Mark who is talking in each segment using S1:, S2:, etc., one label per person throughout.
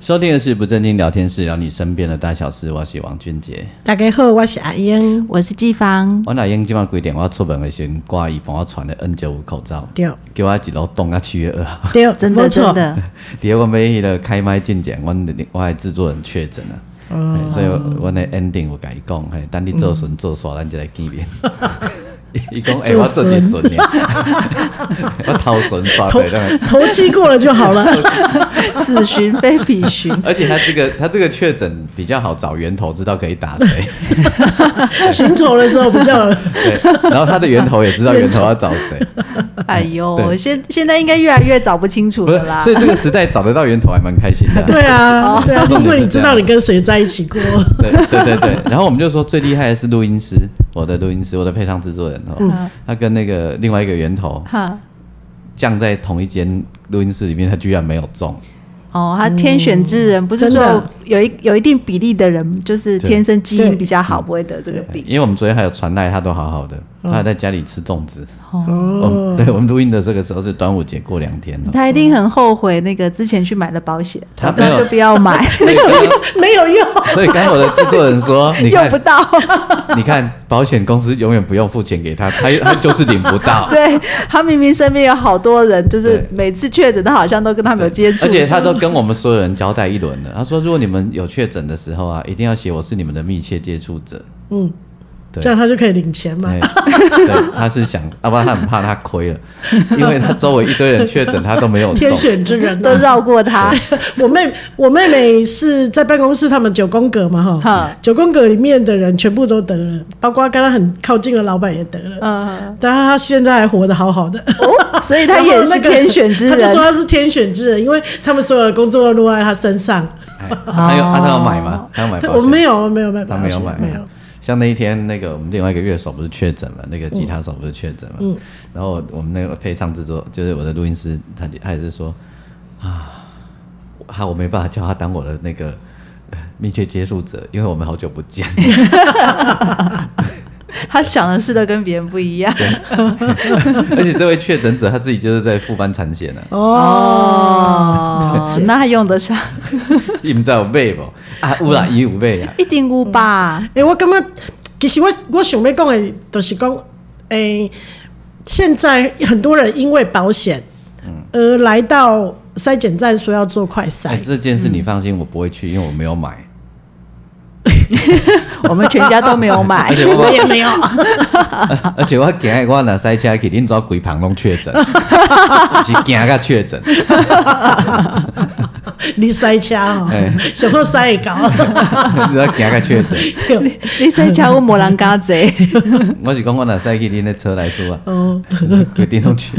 S1: 收听的是不正经聊天室，聊你身边的大小事。我是王俊杰。
S2: 大家好，我是阿英。
S3: 我是季芳，
S1: 我那英今晚几点？我出门的时候挂伊帮我穿的 N 九五口罩，
S2: 对
S1: 叫我一路冻到七月二号。
S2: 对，
S3: 真
S2: 没
S3: 的
S2: 错
S3: 真，的，
S1: 第二我被迄个开麦进前，我的我的制作人确诊了。嘿所以我，我的 ending 有甲伊讲，嘿，等你做顺做煞，咱就来见面。伊讲，哎诶，我做一顺呢， 我头顺 刷
S2: 头
S1: 啊对，让
S2: 头七过了就好 了。
S3: 此寻非彼寻。
S1: 而且他这个他这个确诊比较好找源头，知道可以打谁。
S2: 寻仇的时候比较
S1: 对，然后他的源头也知道源头要找谁，
S3: 哎呦，
S1: 对
S3: 现现在应该越来越找不清楚
S1: 不是
S3: 了啦。？
S1: 所以这个时代找得到源头还蛮开心的啊。
S2: 对
S3: 哦
S2: 啊，对啊。
S1: 重点
S2: 如
S1: 是
S2: 果你知
S1: 这
S2: 道
S1: 样
S2: 你跟谁在一起过，
S1: 对对对对，然后我们就说最厉害的是录音师，我的录音师，我的配唱制作人哦，他跟那个另外一个源头
S3: 哈，
S1: 降在同一间录音室里面，他居然没有中，
S3: 哦，他天选之人，不是
S2: 真
S3: 说
S2: 的
S3: 有一有一定比例的人，就是
S1: 嗯对
S3: 天生基
S2: 对
S3: 因比较好，不会得这个病。
S1: 因为我们昨天还有传来，他都好好的，他还在家里吃粽子。我
S2: 哦
S1: 们，对我们录音的这个时候是端午节过两天哦，
S3: 他一定很后悔那个之前去买的保险，
S1: 他没
S3: 那就
S1: 有
S3: 不要买，
S1: 所以刚刚
S2: 没有用，
S1: 所以刚刚我的制作人说， 你
S3: 用不
S1: 看
S3: 到。
S1: 你看，保险公司永远不用付钱给他，他他就是领不到。
S3: 对他明明身边有好多人，就是
S1: 对
S3: 每次确诊，他好像都跟他们有接触，
S1: 而且他都跟我们所有人交代一轮了。他说，如果你们有确诊的时候啊，一定要写我是你们的密切接触者。
S2: 嗯，
S1: 对
S2: 这样他就可以领钱嘛
S1: 哎。对，他是想， 要不然他很怕他亏了，因为他周围一堆人确诊，他都没有中
S2: 天。选之人
S3: 都
S2: 啊，
S3: 绕过 他。
S2: 我妹我妹妹是在办公室，他们九宫格嘛哈
S3: 哈，
S2: 九宫格里面的人全部都得了，包括跟他很靠近的老板也得了，
S3: 嗯，
S2: 但他现在还活得好好的。
S3: 哦，所以 他也是天选 之
S2: 然后那个他就
S3: 人
S2: 说。他是天选之人，因为他们所有的工作都落在他身上。
S1: 哎他有，啊他要买吗？他要买
S2: 他
S1: 保
S2: 我
S1: 险？
S2: 没有，没有，没有，
S1: 他没有买，
S2: 没有。。
S1: 像那一天，那个我们另外一个乐手不是确诊嘛，那个吉他手不是确诊嘛，
S2: 嗯
S1: 然后我们那个配唱制作，就是我的录音师，他就他也是说啊，他我没办法叫他当我的那个呃密切接触者，因为我们好久不 见，
S3: 他想的事都跟别人不 一样。
S1: 而且这位确诊者他自己就是在副班产险呢、
S2: 哦
S1: 啊，
S3: 哦，那还用得上？
S1: 你们在有背不？啊，有啦，伊有背啊，
S3: 一定乌 吧？
S2: 哎、我感觉其实我我想要讲的，就是讲，哎、现在很多人因为保险，而来到筛检站说要做快筛。
S1: 嗯哎，这件事你放心，我不会去，因为我没有买，
S3: 我们全家都没有 买
S1: 而，且我
S2: 我也没有，
S1: 而且我惊我若塞车去，恁怎规旁拢确 诊？是惊个确诊，
S2: 你塞车哦、
S1: 哎
S2: 想要塞也 高。
S1: 你知惊个确诊。
S3: 你在家我摩兰嘎 贼，
S1: 我是讲我若塞去恁的车来说啊，
S2: 哦，
S1: 规定拢确，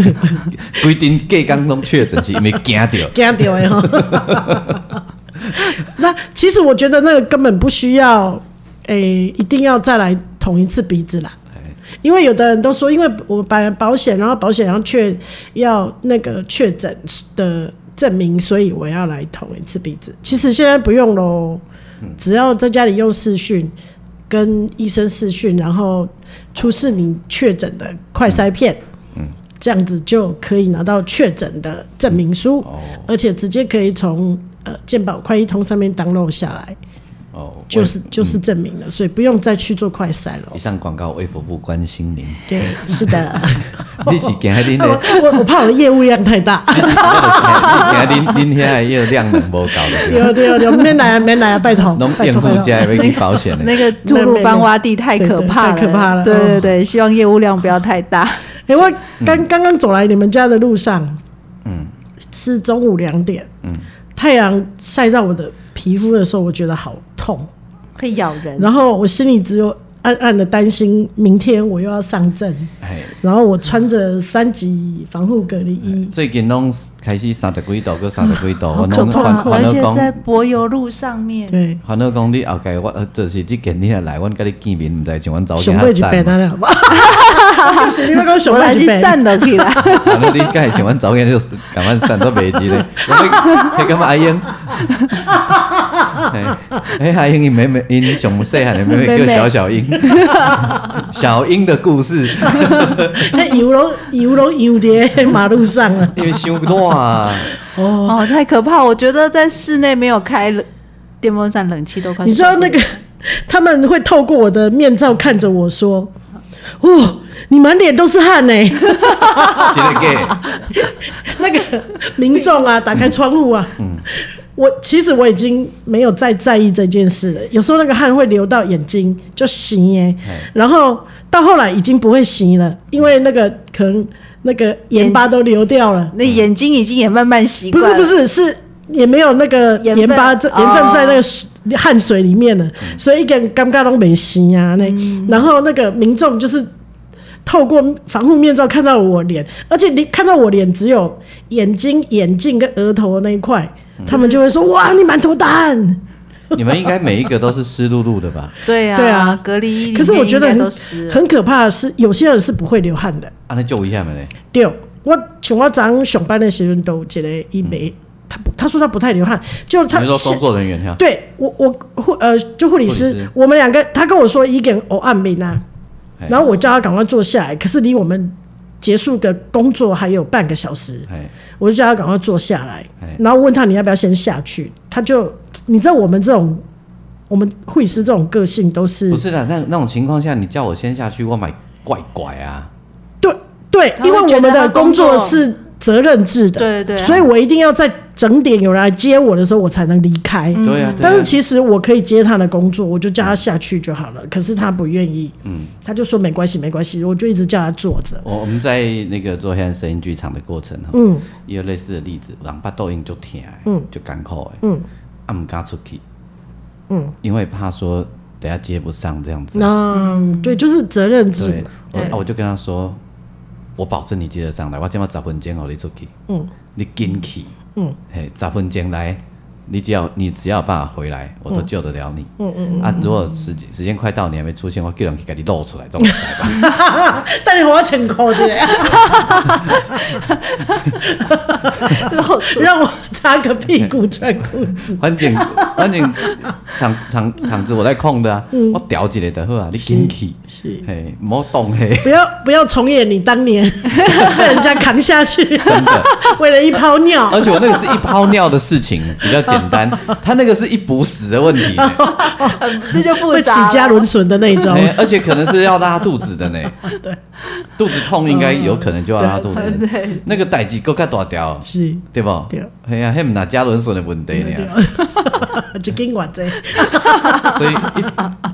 S1: 规定隔工拢确诊，是因为惊着。
S2: 惊掉的吼。哦 那其实我觉得那个根本不需要，诶、一定要再来捅一次鼻子啦。因为有的人都说，因为我把保险，然后保险要确要那个确诊的证明，所以我要来捅一次鼻子。其实现在不用喽，只要在家里用视讯跟医生视讯，然后出示你确诊的快筛片，这样子就可以拿到确诊的证明书，
S1: 哦
S2: 而且直接可以从呃健保快医通上面 download 下来，
S1: 哦，
S2: 就是就是证明了，所以不用再去做快筛了
S1: 以。上广告为服务关心您，
S2: 对，是 的。
S1: 你是惊恁
S2: 啊
S1: 的，
S2: 我我我怕我的业务量太 大，
S1: 啊你惊恁恁遐的药量能无 够的，
S2: 对对对，没来啊没来啊，拜托，
S1: 拢
S2: 拜
S1: 用
S2: 托
S1: 户
S2: 拜
S1: 家
S2: 托。
S1: 要去保险的。
S3: 那个吐露番洼地太可怕了，
S2: 对对太可怕了嗯
S3: 对对对，希望业务量不要太大。
S2: 哎，我
S1: 嗯
S2: 刚刚刚走来你们家的路上，是中午两点，
S1: 嗯
S2: 太阳晒到我的皮肤的时候，我觉得好痛，
S3: 会咬人，
S2: 然后我心里只有暗暗的担心明天我又要上阵，
S1: 哎，
S2: 然后我穿着三级防护隔离衣，
S1: 最近拢开始三十几度，搁三十几 度，我
S2: 可
S1: 拢
S2: 怕啊
S1: 烦
S3: 我
S1: 烦
S3: 而
S1: 恼
S3: 且在
S1: 讲，
S3: 柏油路上面，
S2: 对，
S1: 烦恼讲你后界我呃就是即近你若来，阮甲你见面，毋知像阮早
S2: 熊
S1: 点
S2: 贵就变
S1: 散嘛，
S2: 了，好不好？就是 你那个熊
S3: 我来
S2: 贵就
S3: 去
S2: 变。
S3: 散落去啦。
S1: 反正你敢会像阮早点就是赶快散都袂记咧，我迄个阿英，哎，阿英伊妹妹，因上细汉的妹妹叫小小英，小英的故事，
S2: 那游哎龙游龙游在马路上了。
S1: 因为伤大啊，
S2: 哦，
S3: 哦，太可怕！我觉得在室内没有开冷电风扇、冷气都快受不了。
S2: 你知道那个他们会透过我的面罩看着我说：“哦，你满脸都是汗欸呢、
S1: 啊真的假的？
S2: 那个民众啊，打开窗户啊。我其实我已经没有再在意这件事了。有时候那个汗会流到眼睛，就洗耶、
S1: 哎
S2: 然后到后来已经不会洗了，因为那个可能那个盐巴都流掉了。
S3: 那眼睛已经也慢慢习
S2: 不
S3: 惯
S2: 是
S3: 了，
S2: 不是，是也没有那个
S3: 盐
S2: 盐巴在
S3: 分
S2: 盐分
S3: 哦嗯
S2: 在那个水汗水里面了，所以一个人尴尬都没洗啊那。然后那个民众就是透过防护面罩看到我脸，而且你看到我脸只有眼睛、眼镜跟额头那一块，
S3: 嗯
S2: 他们就会说：“哇，你满头大汗。
S1: 你们应该每一个都是湿漉漉的吧？
S3: 对啊，
S2: 对啊
S3: 隔离衣里面
S2: 可是我觉得
S3: 应
S2: 很
S3: 该都湿了
S2: 很可怕的是，有些人是不会流汗的。
S1: 啊，那救一下嘛嘞，
S2: 对，我像我早上上班的时候都有一个一枚，他不他说他不太流汗，就
S1: 你
S2: 他
S1: 们说
S2: 现
S1: 工作人员哈，
S2: 对我我护呃就护理
S1: 啊护
S2: 师，
S1: 理师
S2: 我们两个他跟我说一个人偶按名啊，
S1: 嘿
S2: 然后我叫他赶快坐下来，可是离我们结束的工作还有半个小时，
S1: 哎，
S2: 我就叫他赶快坐下来
S1: 哎，
S2: 然后问他你要不要先下去，他就你知道我们这种我们护理师这种个性都是
S1: 不是啦，那那种情况下，你叫我先下去，我买怪怪啊，
S2: 对对，
S3: 他会
S2: 因为我们
S3: 觉得他
S2: 的
S3: 的工作
S2: 作是责任制的，
S3: 对啊对
S2: 所以我一定要在整点有人来接我的时候，我才能离开。
S3: 嗯
S1: 对啊，对啊
S2: 嗯但是其实我可以接他的工作，我就叫他下去就好了。可是他不愿意，嗯，他就说没关系，没关系，我就一直叫他坐着。
S1: 哦我我们在那个做黑暗声音剧场的过程哈，
S2: 嗯，
S1: 也有类似的例子，人巴肚音就疼的，嗯，就艰苦的，嗯，啊唔敢出去，嗯，因为怕说等下接不上这样子，
S2: 那、
S3: 嗯
S2: 对，就是责任制
S1: 嗯对
S2: 嘛，，
S1: 我
S3: 对
S1: 啊我就跟他说，我保证你接得上来，我今晚十分钟后你出去，嗯，你紧去，嗯，嘿，十分钟来。你只要你只要有办法回来，我都救得了你。嗯嗯啊，如果时间时间快到，你还没出现，我叫人去给你露出来，这种事吧。
S2: 但你我要请扣 姐，
S3: 露出
S2: 让我擦个屁股穿裤子。
S1: 反正反正场场场子我在控的啊，我调一个就好啊，你进去，
S2: 嗯是，
S1: 嘿，莫动嘿，
S2: 不要不要重演你当年被人家扛下去，
S1: 真的。
S2: 为了一泡尿。
S1: 而且我那个是一泡尿的事情，比较简单， 他那个是一补屎的问题呢，
S3: 很这就复
S2: 会起
S3: 杂了。哦
S2: 加轮笋的那种，
S1: 嘿而且可能是要拉肚子的呢，肚子痛应该有可能就要拉肚子，
S3: 对，
S1: 那个代志够较大条，
S2: 嗯是，
S1: 对不？
S2: 对
S1: 哎呀，迄唔那加仑索的问题呢。
S2: 一斤偌济，
S1: 所以 一，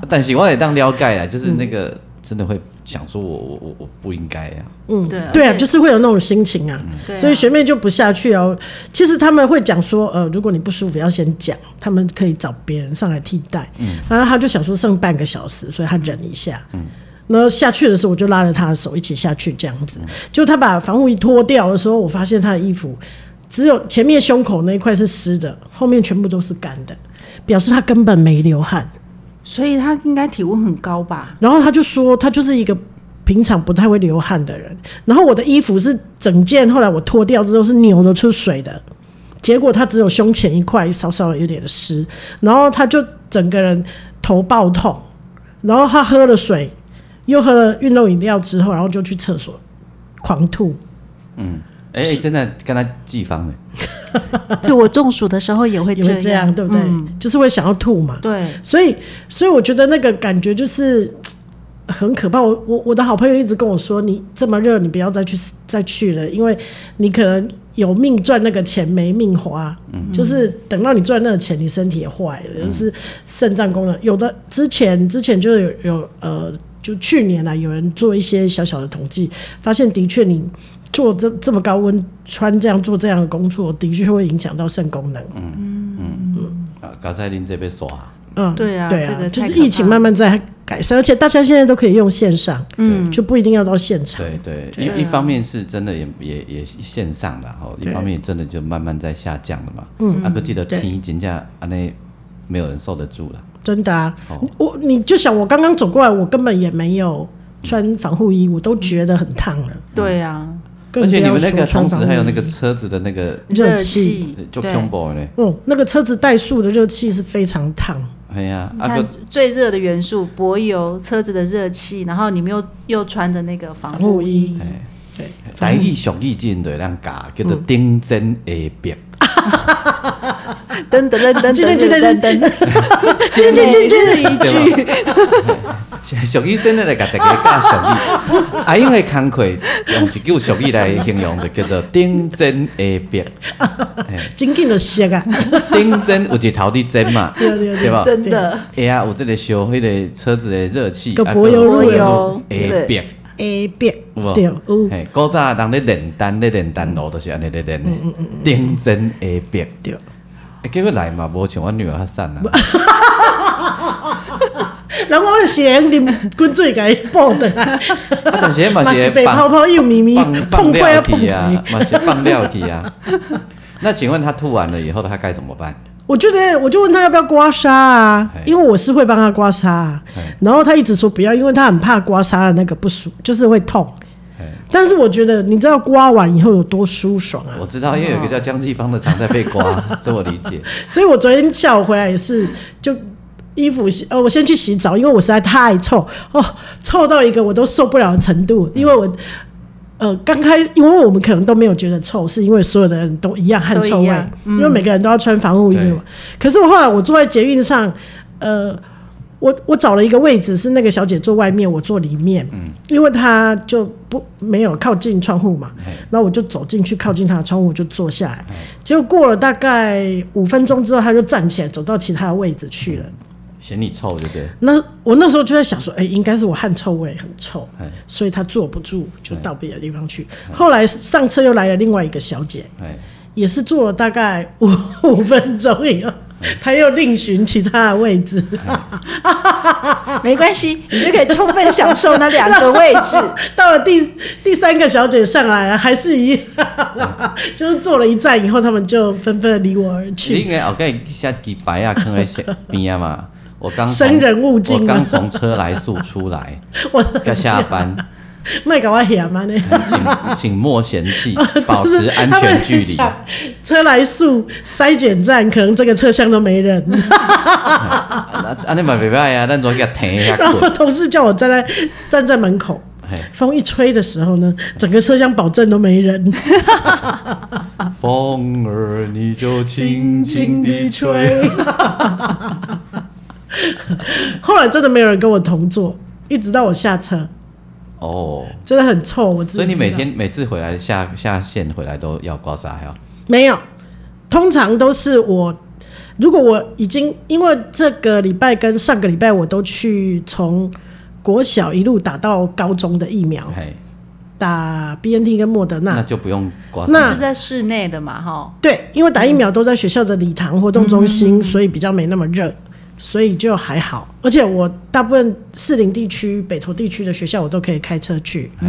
S1: 但是我也当了解啊，
S2: 嗯
S1: 就是那个真的会想说我，我我我不应该啊。
S2: 嗯
S3: 对啊
S2: 对啊，
S3: 而且
S2: 就是会有那种心情啊，
S3: 对啊
S2: 所以学妹就不下去哦。其实他们会讲说，呃，如果你不舒服要先讲，他们可以找别人上来替代。然后他就想说剩半个小时，所以他忍一下。然后下去的时候，我就拉着他的手一起下去，这样子。就他把防护衣脱掉的时候，我发现他的衣服只有前面胸口那一块是湿的，后面全部都是干的，表示他根本没流汗。
S3: 所以他应该体温很高吧？
S2: 然后他就说他就是一个平常不太会流汗的人。然后我的衣服是整件，后来我脱掉之后是扭得出水的，结果他只有胸前一块稍稍有点湿，然后他就整个人头爆痛，然后他喝了水，又喝了运动饮料之后，然后就去厕所狂吐。
S1: 哎、真的跟他寄方呢。
S3: 就我中暑的时候也会
S2: 也会这样，对不对？
S3: 嗯
S2: 就是会想要吐嘛。
S3: 对，
S2: 所以，所以我觉得那个感觉就是嘖很可怕。我我我的好朋友一直跟我说，你这么热，你不要再去再去了，因为你可能有命赚那个钱，没命花。就是等到你赚那个钱，你身体也坏了，就是肾脏功能有的。之前之前就有有呃，就去年啦，有人做一些小小的统计，发现的确你。做这这么高温，穿这样做这样的工作，的确会影响到肾功能。
S1: 啊，刚才恁这边耍，
S2: 嗯，
S3: 对啊
S2: 对
S3: 这
S2: 啊，
S3: 个
S2: 就
S3: 太
S2: 是
S3: 可
S2: 疫情
S3: 怕
S2: 慢慢在改善，而且大家现在都可以用线上，
S3: 嗯，
S2: 就不一定要到现场。
S1: 对对，
S3: 对
S1: 一一方面是真的也也也线上了哈，一方面真的就慢慢在下降了嘛。嗯，啊，哥记得
S2: 对
S1: 听真正安尼没有人受得住了。
S2: 真的啊，
S1: 哦
S2: 我你就想我刚刚走过来，我根本也没有穿防护衣，我都觉得很烫了。
S3: 对啊呀，
S2: 更
S1: 而且你们那
S2: 不要
S1: 个
S2: 说穿
S1: 同时
S2: 防护衣
S1: 还有那个车子的那个
S2: 热气
S3: 气
S1: 呃就
S3: 对
S1: combo 呢，
S2: 嗯，那个车子怠速的热气是非常烫，
S1: 哎呀，
S3: 你
S1: 啊哥
S3: 看最热的元素，柏油、车子的热气，然后你们又又穿着那个防
S2: 防护
S3: 护
S2: 衣
S3: 衣，
S1: 台语俗语真对咱教叫做顶针下壁，
S3: 噔噔噔噔
S2: 今天
S3: 噔
S2: 今天
S3: 噔噔噔，
S2: 今天今天今
S3: 每日一句，
S1: 俗语先来甲大家教俗 语，啊，因为工课用一句俗语来形容，就叫做顶针下壁。
S2: 紧紧的些啊，
S1: 顶针 有一头的针嘛，
S2: 对对对
S1: 吧？
S3: 真的
S1: 哎呀，有这个烧迄个车子的热气，
S2: 跟
S1: 啊
S2: 柏油路
S3: 有
S1: 下壁，
S2: A 变
S1: 有无？
S2: 对，有
S1: 嘿，古早人咧炼丹咧炼丹炉，就是安尼咧炼
S2: 嗯
S1: 的，顶针下壁。
S2: 对，
S1: 欸结果来嘛，无像我女儿较瘦啊。
S2: 然后我的鞋啉滚水给它爆的来，
S1: 啊，但是嘛
S2: 嘛
S1: 是
S2: 是被泡泡又咪咪
S1: 放
S2: 碰
S1: 放
S2: 破要
S1: 料
S2: 碰
S1: 体啊
S2: 破。，
S1: 嘛是放料体啊。 那请问他吐完了以后，他该怎么办？
S2: 我觉得我就问他要不要刮痧啊
S1: 嘿，
S2: 因为我是会帮他刮痧、啊
S1: 嘿，
S2: 然后他一直说不要，因为他很怕刮痧的那个不舒，就是会痛。
S1: 哎，
S2: 但是我觉得你知道刮完以后有多舒爽啊，
S1: 我知道，因为有一个叫江继芳的常在 被刮，这我理解。
S2: 所以我昨天下午回来也是就。衣服洗，呃，我先去洗澡，因为我实在太臭哦，臭到一个我都受不了的程度。因为我，呃，刚开，因为我们可能都没有觉得臭，是因为所有的人都一样汗臭
S3: 都一
S2: 味
S3: 样，嗯
S2: 因为每个人都要穿防护衣
S1: 对
S2: 嘛。可是我后来我坐在捷运上，呃，我我找了一个位置，是那个小姐坐外面，我坐里面，
S1: 嗯
S2: 因为她就不没有靠近窗户嘛，
S1: 嘿
S2: 然后我就走进去靠近她的窗户，我就坐下来。结果过了大概五分钟之后，她就站起来走到其他的位置去了。
S1: 嗯嫌你臭，对不对？
S2: 那我那时候就在想说，哎、应该是我汗臭味很臭
S1: 哎，
S2: 所以她坐不住，就到别的地方去。后来上车又来了另外一个小姐，
S1: 哎，
S2: 也是坐了大概五 五分钟以后，
S1: 嗯
S2: 她又另寻其他的位置。
S3: 没关系，你就可以充分享受那两个位 置。
S2: 到了第第三个小姐上来了，还是一样，
S1: 嗯
S2: 就是坐了一站以后，他们就纷纷地离我而
S1: 你
S2: 去。
S1: 应该后盖下几白啊， 坑在边啊嘛。我刚从
S2: 生人勿近啊
S1: 我刚从车来速出 来，
S2: 我
S1: 要下班，
S2: 卖搞我嫌嘛呢？
S1: 请请莫 嫌弃，保持安
S2: 哦他
S1: 全
S2: 们
S1: 距离。
S2: 想车来速筛检站，可能这个车厢都没人。
S1: 嗯啊，安尼嘛袂歹啊，咱总要停一下
S2: 然后
S1: 困。
S2: 同事叫我站在站在门口，
S1: 嘿
S2: 风一吹的时候呢，整个车厢保证都没人。
S1: 风儿你就轻轻地 吹。。
S2: 后来真的没有人跟我同坐，一直到我下车，
S1: 哦，
S2: 真的很臭。我真
S1: 所
S2: 的
S1: 以你
S2: 知道
S1: 每天每次回来下下线回来都要刮痧哦呀？
S2: 没有，通常都是我。如果我已经因为这个礼拜跟上个礼拜我都去从国小一路打到高中的疫苗，
S1: 嘿，
S2: 打 B N T 跟莫德
S1: 嗯那
S2: 纳。
S1: 就不用刮
S2: 那
S3: 就
S1: 痧。
S3: 在室内的嘛，哈，
S2: 对，因为打疫苗都在学校的礼堂活动中
S1: 嗯
S2: 心，所以比较没那么热，所以就还好。而且我大部分士林地区、北投地区的学校我都可以开车去，
S1: 嘿，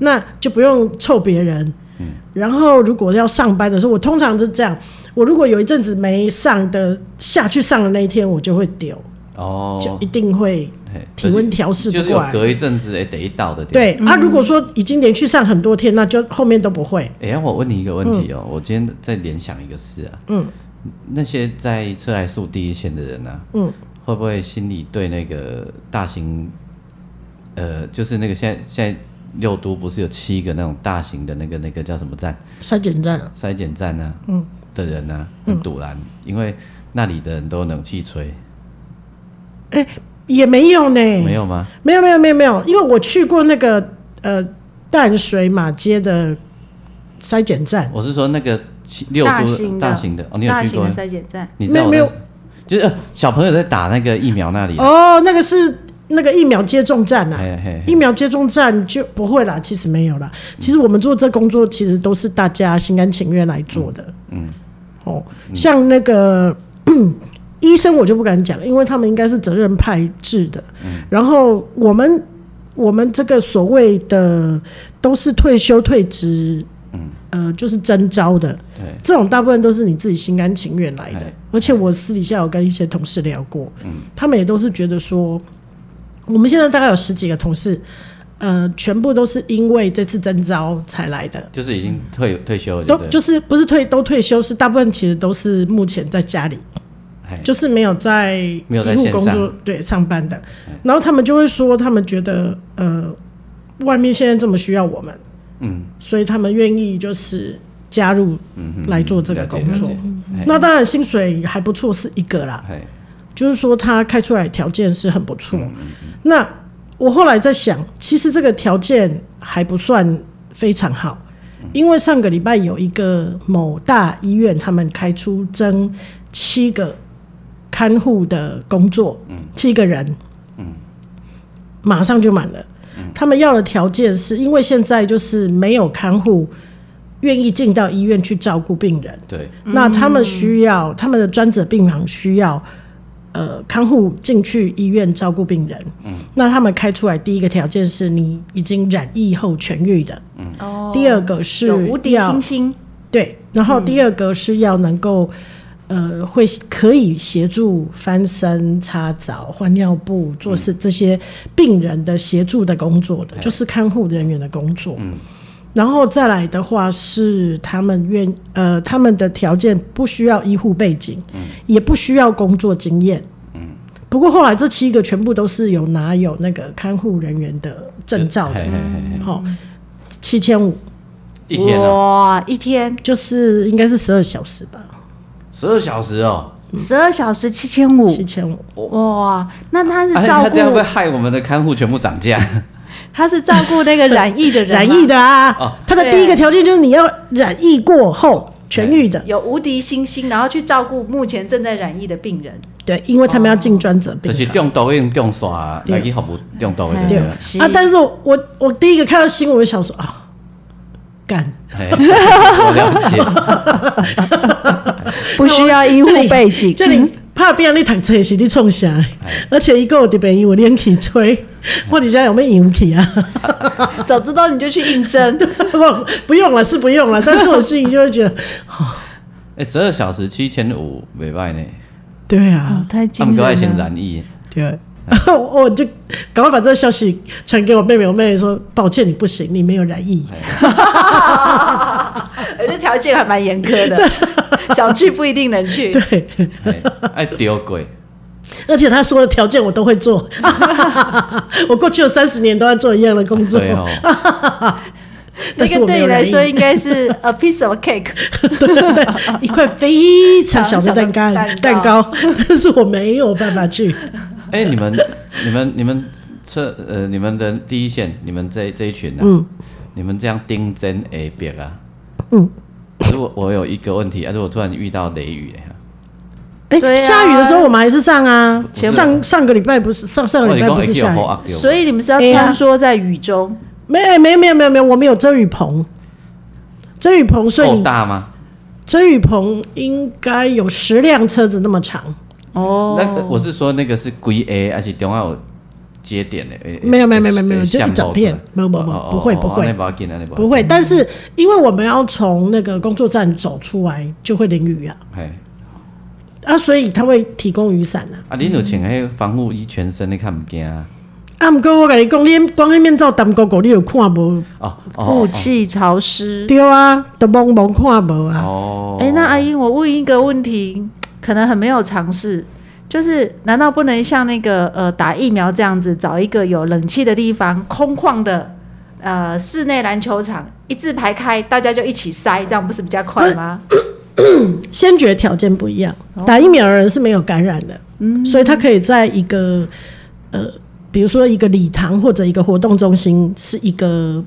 S2: 那就不用臭别人。
S1: 嗯
S2: 然后如果要上班的时候，我通常是这样：我如果有一阵子没上的下去上的那一天，我就会丢，就
S1: 哦
S2: 一，定会。
S1: 嘿
S2: 体温调试不
S1: 就是
S2: 过
S1: 有
S2: 来
S1: 隔一阵子诶，得一道的。
S2: 对、啊，如果说已经连续上很多天，那就后面都不会。
S1: 哎、我问你一个问题哦、我今天在联想一个事啊，嗯，那些在车来速第一线的人呢、啊，嗯，会不会心里对那个大型，呃，就是那个现在现在六都不是有七个那种大型的那个那个叫什么站
S2: 筛检站啊
S1: 筛检站呢、嗯，的人呢、很堵然、因为那里的人都有冷气吹，
S2: 也没有呢，
S1: 没有吗？
S2: 没有没有没有没有，因为我去过那个呃淡水马街的筛检站，
S1: 我是说那个七六
S3: 大
S1: 都
S3: 型的
S1: 大型的哦，你有
S3: 大
S1: 去
S3: 型
S1: 过
S3: 的？筛检站，
S1: 你知道我
S2: 没有
S1: 在就是、呃小朋友在打那个疫苗那里、啊，
S2: 哦，那个是那个疫苗接种站啊。
S1: 嘿嘿
S2: 疫苗接种站就不会啦，其实没有啦。其实我们做这工作，其实都是
S1: 嗯
S2: 大家心甘情愿来做的。嗯，哦，像那个 医生我就不敢讲，因为他们应该是责任派制的。
S1: 嗯
S2: 然后我们我们这个所谓的都是退休退职，
S1: 嗯
S2: 呃，就是征招的，
S1: 对，
S2: 这种大部分都是你自己心甘情愿来的
S1: 哎。嗯
S2: 而且我私底下有跟一些同事聊过，他们也都是觉得说，我们现在大概有十几个同事，呃，全部都是因为这次征招才来的。
S1: 就是已经退退休了
S2: 嗯都
S1: 对了，
S2: 就是不是退都退休，是大部分其实都是目前在家里，
S1: 哎
S2: 就是没有在
S1: 没有在
S2: 一路
S1: 线
S2: 工
S1: 上哎
S2: 作对上班的，然后他们就会说，他们觉得呃，外面现在这么需要我们，
S1: 嗯，
S2: 所以他们愿意就是加入
S1: 嗯哼
S2: 来做这个工作。，嗯
S1: 那
S2: 那当然薪水还不错是一个啦，就是说他开出来条件是很不错。那我后来在想，其实这个条件还不算非常好，因为上个礼拜有一个某大医院，他们开出征七个看护的工作，七个人，
S1: 嗯
S2: 马上就满了。他们要的条件是因为现在就是没有看护愿意进到医院去照顾病人，
S1: 对
S3: 嗯
S2: 那他们需要他们的专责病房需要呃看护进去医院照顾病人。嗯，那他们开出来第一个条件是你已经染疫后痊愈的，
S1: 嗯
S3: 哦
S2: 第二个是
S3: 有无敌
S2: 要
S3: 星星，
S2: 对，然后第二个是要能够。呃，会可以协助翻身、擦澡、换尿布，做是这些病人的协助的工作
S1: 哎
S2: 的，就是看护人员的工作。
S1: 嗯
S2: 然后再来的话是他们愿呃他们的条件不需要医护背景，
S1: 嗯
S2: 也不需要工作经验。不过后来这七个全部都是有拿有那个看护人员的证照的
S1: 嘿，嘿嘿嘿
S2: 好，七千五
S1: 一天啊，
S3: 哇，一天
S2: 就是应该是十二小时吧，
S1: 十二小时哦，
S3: 十二小时七千五，
S2: 七千五。
S3: 哇，那他是
S1: 哎
S3: 照
S1: 他这样会不会
S3: 顾
S1: 害我们的看护全部涨价？
S3: 他是照顾那个染疫的人吗，
S2: 染疫的
S1: 哦
S2: 啊，他的第一
S3: 对
S2: 个条件就是你要染疫过后痊愈的，
S3: 有无敌星星，然后去照顾目前正在染疫的病人。
S2: 对，因为他们要进专责病
S1: 就是
S2: 房。
S1: 中毒用中刷
S2: 对
S1: 来去服务中毒的
S3: 对
S1: 对
S2: 对
S1: 了。
S3: 是
S2: 啊，但是我我我第一个看到新闻，我就想说啊，干，
S1: 嘿我了解，
S3: 不需 要医护背景，嗯
S2: 这里怕变你读册是你创啥的？而且一个特别有冷气吹，我底下有没有勇气啊？
S3: 早知道你就去应征。
S2: 不不用了，是不用了，但是我心里就会觉得，哦
S1: 哎，十二小时七千五，没败呢。
S2: 对啊，
S3: 太
S1: 他们都在先染疫，
S2: 对。我 我就赶快把这个消息传给我妹妹，我妹妹说：“抱歉，你不行，你没有染
S1: 哎
S2: 疫。”
S3: 而且条件还蛮严苛 的，想去不一定能去。
S2: 对，
S1: 嘿哎，丢鬼，
S2: 而且他说的条件我都会 做，我过去有三十年都在做一样的工作，
S1: 对哦，
S2: 但是
S3: 那
S2: 我
S3: 个
S2: 没
S3: 对
S2: 有
S3: 你来
S2: 染
S3: 说
S2: 疫，
S3: 应该是 a piece of cake，
S2: 对对对，一块非常小的蛋糕
S3: 小的
S2: 蛋
S3: 蛋
S2: 糕
S3: 糕，
S2: 但是我没有办法去，
S1: 哎，你们、你们、你们测呃，你们的第一线，你们这这一群啊，
S2: 嗯
S1: 你们这样盯真 A 别啊，嗯，如果我有一个问题啊，如果突然遇到雷雨啊嘞，
S2: 哎、
S3: 对啊
S2: 下雨的时候我们还是上啊，
S1: 不是
S2: 上上个礼拜不是上上个礼拜哦不是下雨，
S1: 啊，对
S3: 所以你们是要
S2: 哎呀
S3: 穿梭在雨中，
S2: 没没没有没有没有，我们有遮雨棚，遮雨棚，所以
S1: 够
S2: 你
S1: 大吗？
S2: 遮雨棚应该有十辆车子那么长，
S3: 哦
S1: 那
S2: 呃
S1: 个我是说那个是归 A 还是中央有接点的？诶
S2: 没有没有
S1: 诶
S2: 没有没有
S1: 诶
S2: 就一
S1: 像
S2: 整
S1: 露出
S2: 片
S1: 来
S2: 没有没有没有
S1: 哦哦
S2: 不会
S1: 哦
S2: 不会
S1: 那不要紧那不要紧
S2: 不会，但是因为我们要从那个工作站走出来，就会淋雨啊。
S1: 嘿，
S2: 啊，所以他会提供雨伞啊。
S1: 啊，你有穿迄防护衣全身，你看唔惊啊？
S2: 啊，毋过我甲你讲，你光迄面罩戴高高，你有看无？
S1: 哦
S3: 雾
S1: 哦
S3: 气潮湿。
S2: 对啊，都蒙蒙看无啊。
S1: 哦，
S3: 哎、那阿英，我问一个问题，可能很没有尝试，就是难道不能像那个呃打疫苗这样子，找一个有冷气的地方，空旷的呃室内篮球场，一字排开，大家就一起塞，这样不是比较快吗？
S2: 先决条件不一样，
S1: 哦
S2: 打疫苗的人是没有感染的，
S1: 嗯
S2: 所以他可以在一个呃，比如说一个礼堂或者一个活动中心，是一个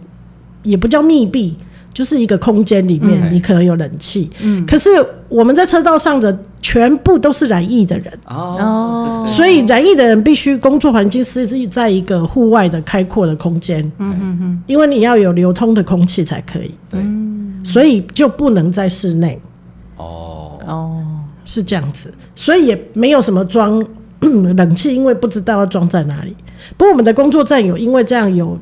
S2: 也不叫密闭，就是一个空间里面，
S1: 嗯
S2: 你可能有冷气。可是我们在车道上的全部都是染疫的人。
S1: 哦，
S2: 所以染疫的人必须工作环境是是在一个户外的开阔的空间，嗯嗯嗯，因为你要有流通的空气才可以，
S1: 对对对
S2: 所以就不能在室内。
S1: 哦，
S3: 哦，
S2: 是这样子，所以也没有什么装 冷气，因为不知道要装在哪里。不过我们的工作站有因为这样有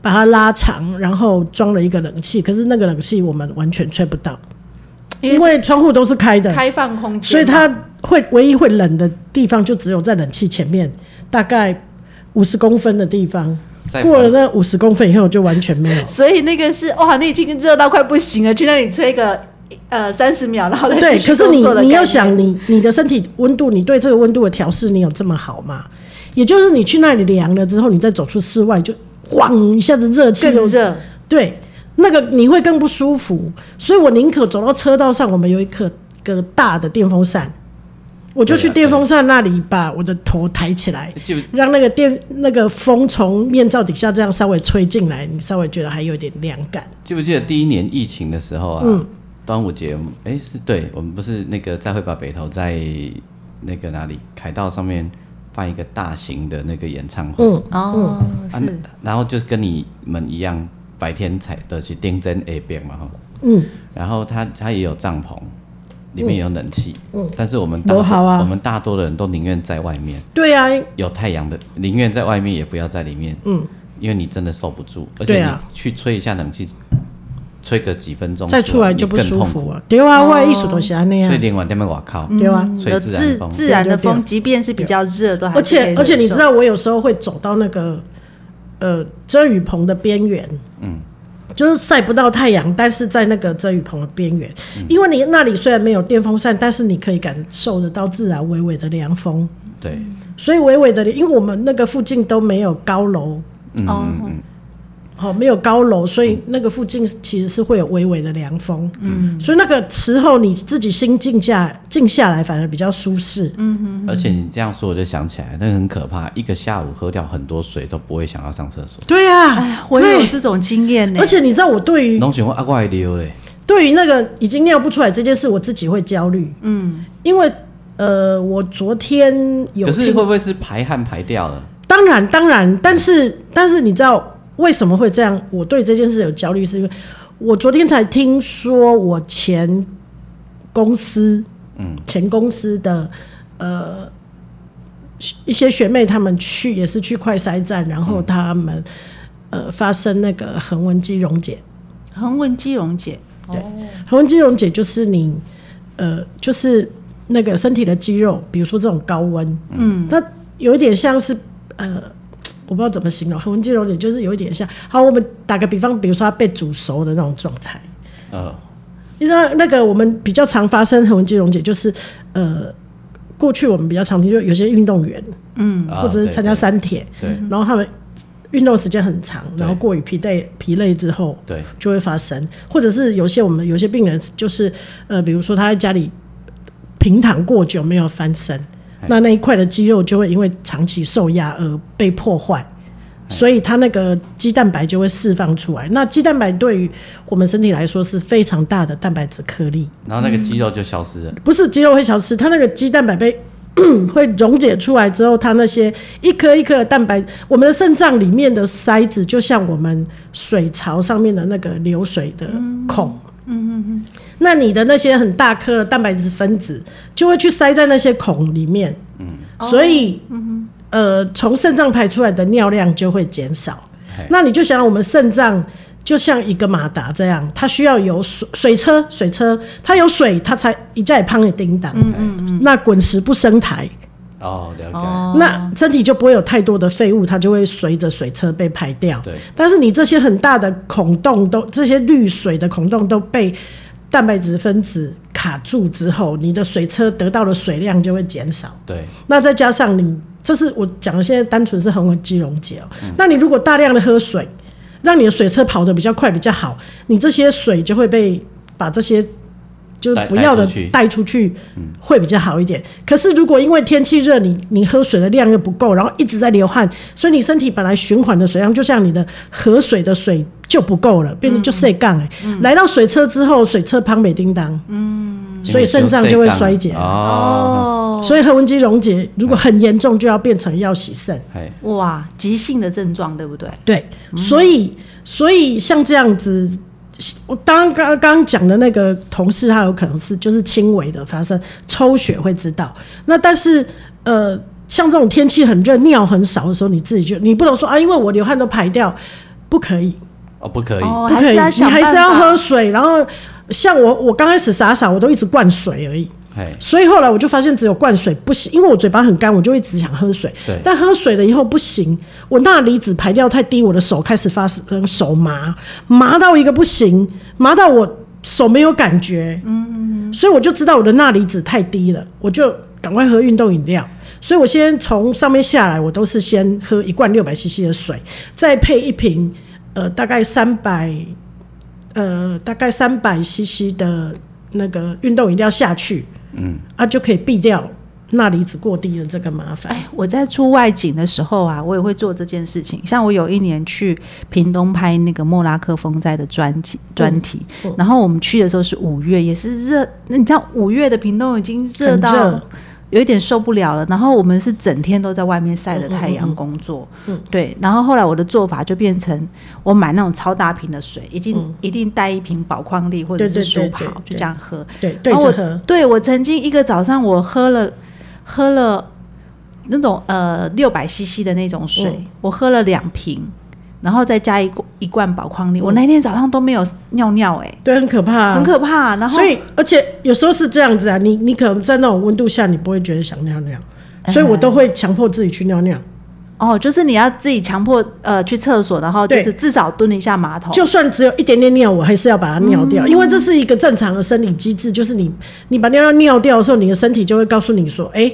S2: 把它拉长，然后装了一个冷气，可是那个冷气我们完全吹不到，因
S3: 因为
S2: 为窗户都是开
S3: 是
S2: 的，
S3: 开放空间嘛，。
S2: 所以它会唯一会冷的地方就只有在冷气前面大概五十公分的地方。
S1: 在
S2: 过了
S1: 房
S2: 那五十公分以后就完全没有
S3: 所以那个是哇，那已经热到快不行了，去那里吹个呃三十秒，然后 再
S2: 对，
S3: 继续
S2: 可是
S3: 工
S2: 你
S3: 作的
S2: 你要
S3: 概念
S2: 想你你的身体温度，你对这个温度的调试，你有这么好吗？也就是你去那里量了之后，你再走出室外就咣一下子热气
S3: 更
S2: 又
S3: 热，
S2: 对，那个你会更不舒服。所以我宁可走到车道上，我们有一个个大的电风扇，我就去
S1: 对啊
S2: 电风扇那里把我的头抬起来，
S1: 基本
S2: 让那个电那个风从面罩底下这样稍微吹进来，你稍微觉得还有点凉感。
S1: 记不记得第一年疫情的时候啊，
S2: 嗯
S1: 端午节，哎、是对我们不是那个再会把北投在那个哪里凯道上面办一个大型的那个演唱会，
S2: 嗯，
S3: 哦，
S1: 啊
S3: 是，
S1: 然后就是跟你们一样，白天采的是丁真 A 边嘛哈，
S2: 嗯，
S1: 然后它它也有帐篷，里面也有冷气，嗯，但是我们大
S2: 多好啊
S1: 我们大多的人都宁愿在外面
S2: 对啊呀、
S1: 有太阳的，宁愿在外面也不要在里面，嗯，因为你真的受不住，而
S2: 对
S1: 且你
S2: 啊
S1: 去吹一下冷气，吹个几分钟
S2: 再出来
S1: 你
S2: 就不
S1: 更
S2: 舒
S1: 痛
S2: 服
S1: 苦，
S2: 了。对
S3: 哦
S2: 啊，外艺术都是安那
S1: 所以
S2: 样，
S1: 连晚点面我靠，
S2: 对啊。
S3: 嗯
S1: 吹
S3: 有
S1: 自
S3: 自
S1: 然风
S3: 自然
S2: 对
S3: 的
S2: 对对
S3: 风，即便是比较热，都还是
S2: 而
S3: 可以
S2: 且
S3: 忍
S2: 而且你
S3: 受
S2: 知道，我有时候会走到那个呃遮雨棚的边缘，嗯，就是晒不到太阳，但是在那个遮雨棚的边缘，因为你那里虽然没有电风扇，但是你可以感受得到自然微微的凉风。
S1: 对，
S2: 所以微微的，因为我们那个附近都没有高楼，
S1: 嗯
S3: 哦，
S2: 好、没有高楼，所以那个附近其实是会有微微的凉风。嗯，所以那个时候你自己心静下静下来，反而比较舒适。嗯，
S1: 而且你这样说我就想起来，那个很可怕，一个下午喝掉很多水都不会想要上厕所，
S2: 对呀、
S3: 哎呀
S2: 啊，，
S3: 我也有
S2: 对。
S3: 这欸种经验呢
S2: 而。且你知道，我对于
S1: 拢想我啊我会溜嘞，
S2: 对于那个已经尿不出来这件事，我自己会焦虑。嗯，因为呃，我昨天有
S1: 可是
S2: 听
S1: 会不会是排汗排掉了？
S2: 当然，当然，但是但是你知道为什么会这样？我对这件事有焦虑，是因为我昨天才听说我前公司，嗯，前公司的呃一些学妹她们去也是去快筛站，然
S1: 嗯
S2: 后她们、呃发生那个横纹肌溶解，
S3: 横纹肌溶解，
S2: 横纹肌溶解就是你呃就是那个身体的肌肉，比如说这种高温，
S3: 嗯，
S2: 它有一点像是呃，我不知道怎么形容，横纹肌溶解就是有一点像。好，我们打个比方，比如说它被煮熟的那种状态。
S1: 呃，
S2: 因为那个我们比较常发生横纹肌溶解，就是呃，过去我们比较常听，就有些运动员
S1: 啊
S2: 或者是
S1: 对
S2: 参加
S1: 对
S2: 三铁，
S1: 对
S2: 然后他们运动时间很长，
S1: 对
S2: 然后过于疲惫疲累之后，
S1: 对
S2: 就会发生，或者是有些我们有些病人就是呃，比如说他在家里平躺过久没有翻身，那那一块的肌肉就会因为长期受压而被破坏，所以他那个肌蛋白就会释放出来。那肌蛋白对于我们身体来说是非常大的蛋白质颗粒，
S1: 然后那个肌肉就消失了，
S2: 不是肌肉会消失，它那个肌蛋白被 会溶解出来之后，它那些一颗一颗的蛋白，我们的肾脏里面的塞子就像我们水槽上面的那个流水的孔。嗯嗯嗯那你的那些很大颗的蛋白质分子就会去塞在那些孔里面，嗯，所以，呃，从肾脏排出来的尿量就会减少
S1: 嘿。
S2: 那你就想我们肾脏就像一个马达这样，它需要有水水车，水车它有水，它才一再胖也叮当。
S1: 嗯嗯，
S2: 那滚石不升台，
S1: 哦，了解，
S3: 哦，
S2: 那身体就不会有太多的废物，它就会随着水车被排掉。
S1: 对，
S2: 但是你这些很大的孔洞都，这些滤水的孔洞都被蛋白质分子卡住之后，你的水车得到的水量就会减少。
S1: 对，
S2: 那再加上你，这是我讲的，现在单纯是横纹肌溶解哦、那你如果大量的喝水，让你的水车跑得比较快比较好，你这些水就会被把这些就是
S1: 带
S2: 不要的
S1: 带出去嗯
S2: 带出去，会比较好一点。可是如果因为天气热，你你喝水的量又不够，然后一直在流汗，所以你身体本来循环的水量，就像你的河水的水就不够了，变成
S1: 嗯
S2: 就塞杠哎。来到水车之后，水车旁北叮当，所以肾脏就会衰竭
S1: 啊哦，
S3: 哦，
S2: 所以横纹肌溶解如果很严重，就要变成要洗肾。
S1: 嘿，
S3: 哇，急性的症状对不对？
S2: 对，所以所以像这样子，我当刚刚讲的那个同事，他有可能是就是轻微的发生，抽血会知道。那但是呃，像这种天气很热、尿很少的时候，你自己就你不能说啊，因为我流汗都排掉，不可以，
S1: 哦，不可以，
S3: 哦，
S2: 不可
S3: 还
S2: 以，
S3: 是要
S2: 你
S3: 想
S2: 还是要
S3: 办法
S2: 喝水。然后像我，我刚开始傻傻，我都一直灌水而已。
S1: 哎，
S2: 所以后来我就发现只有灌水不行，因为我嘴巴很干，我就一直想喝水
S1: 对。
S2: 但喝水了以后不行，我钠离子排掉太低，我的手开始发生手麻，麻到一个不行，麻到我手没有感觉。嗯，所以我就知道我的钠离子太低了，我就赶快喝运动饮料。所以我先从上面下来，我都是先喝一罐六百 CC 的水，再配一瓶呃大概三百呃大概三百 CC 的那个运动饮料下去，嗯，啊就可以避掉钠离子过低的这个麻烦。
S3: 哎，我在出外景的时候啊，我也会做这件事情。像我有一年去屏东拍那个莫拉克风灾的专辑专题，
S2: 嗯
S3: 然后我们去的时候是五月，也是热。那你知道五月的屏东已经热
S2: 很
S3: 到
S2: 热
S3: 有一点受不了了。然后我们是整天都在外面晒着太
S2: 嗯
S3: 阳工作，对。然后后来我的做法就变成我买那种超大瓶的水，一定、一定带一瓶宝矿力或者是
S2: 嗯对对
S3: 舒
S2: 对
S3: 跑
S2: 对，
S3: 就
S2: 对
S3: 这样喝。
S2: 对，对
S3: 然后
S2: 着
S3: 哦我
S2: 喝，
S3: 对我曾经一个早上我喝了喝了那种呃六百 CC 的那种水，
S2: 嗯
S3: 我喝了两瓶，然后再加一罐一罐宝矿
S2: 嗯
S3: 力，我那天早上都没有尿尿哎、
S2: 对，很可怕、啊
S3: 很可怕。然
S2: 嗯
S3: 后
S2: 所以，而且有时候是这样子啊，你你可能在那种温度下，你不会觉得想尿尿，所以我都会强迫自己去尿尿。
S3: 哎哦，就是你要自己强迫呃去厕所，然后就是
S2: 对
S3: 至少蹲一下马桶。
S2: 就算只有一点点尿，我还是要把它尿
S3: 嗯
S2: 掉，因为这是一个正常的生理机制，就是你你把尿尿尿掉的时候，你的身体就会告诉你说，哎、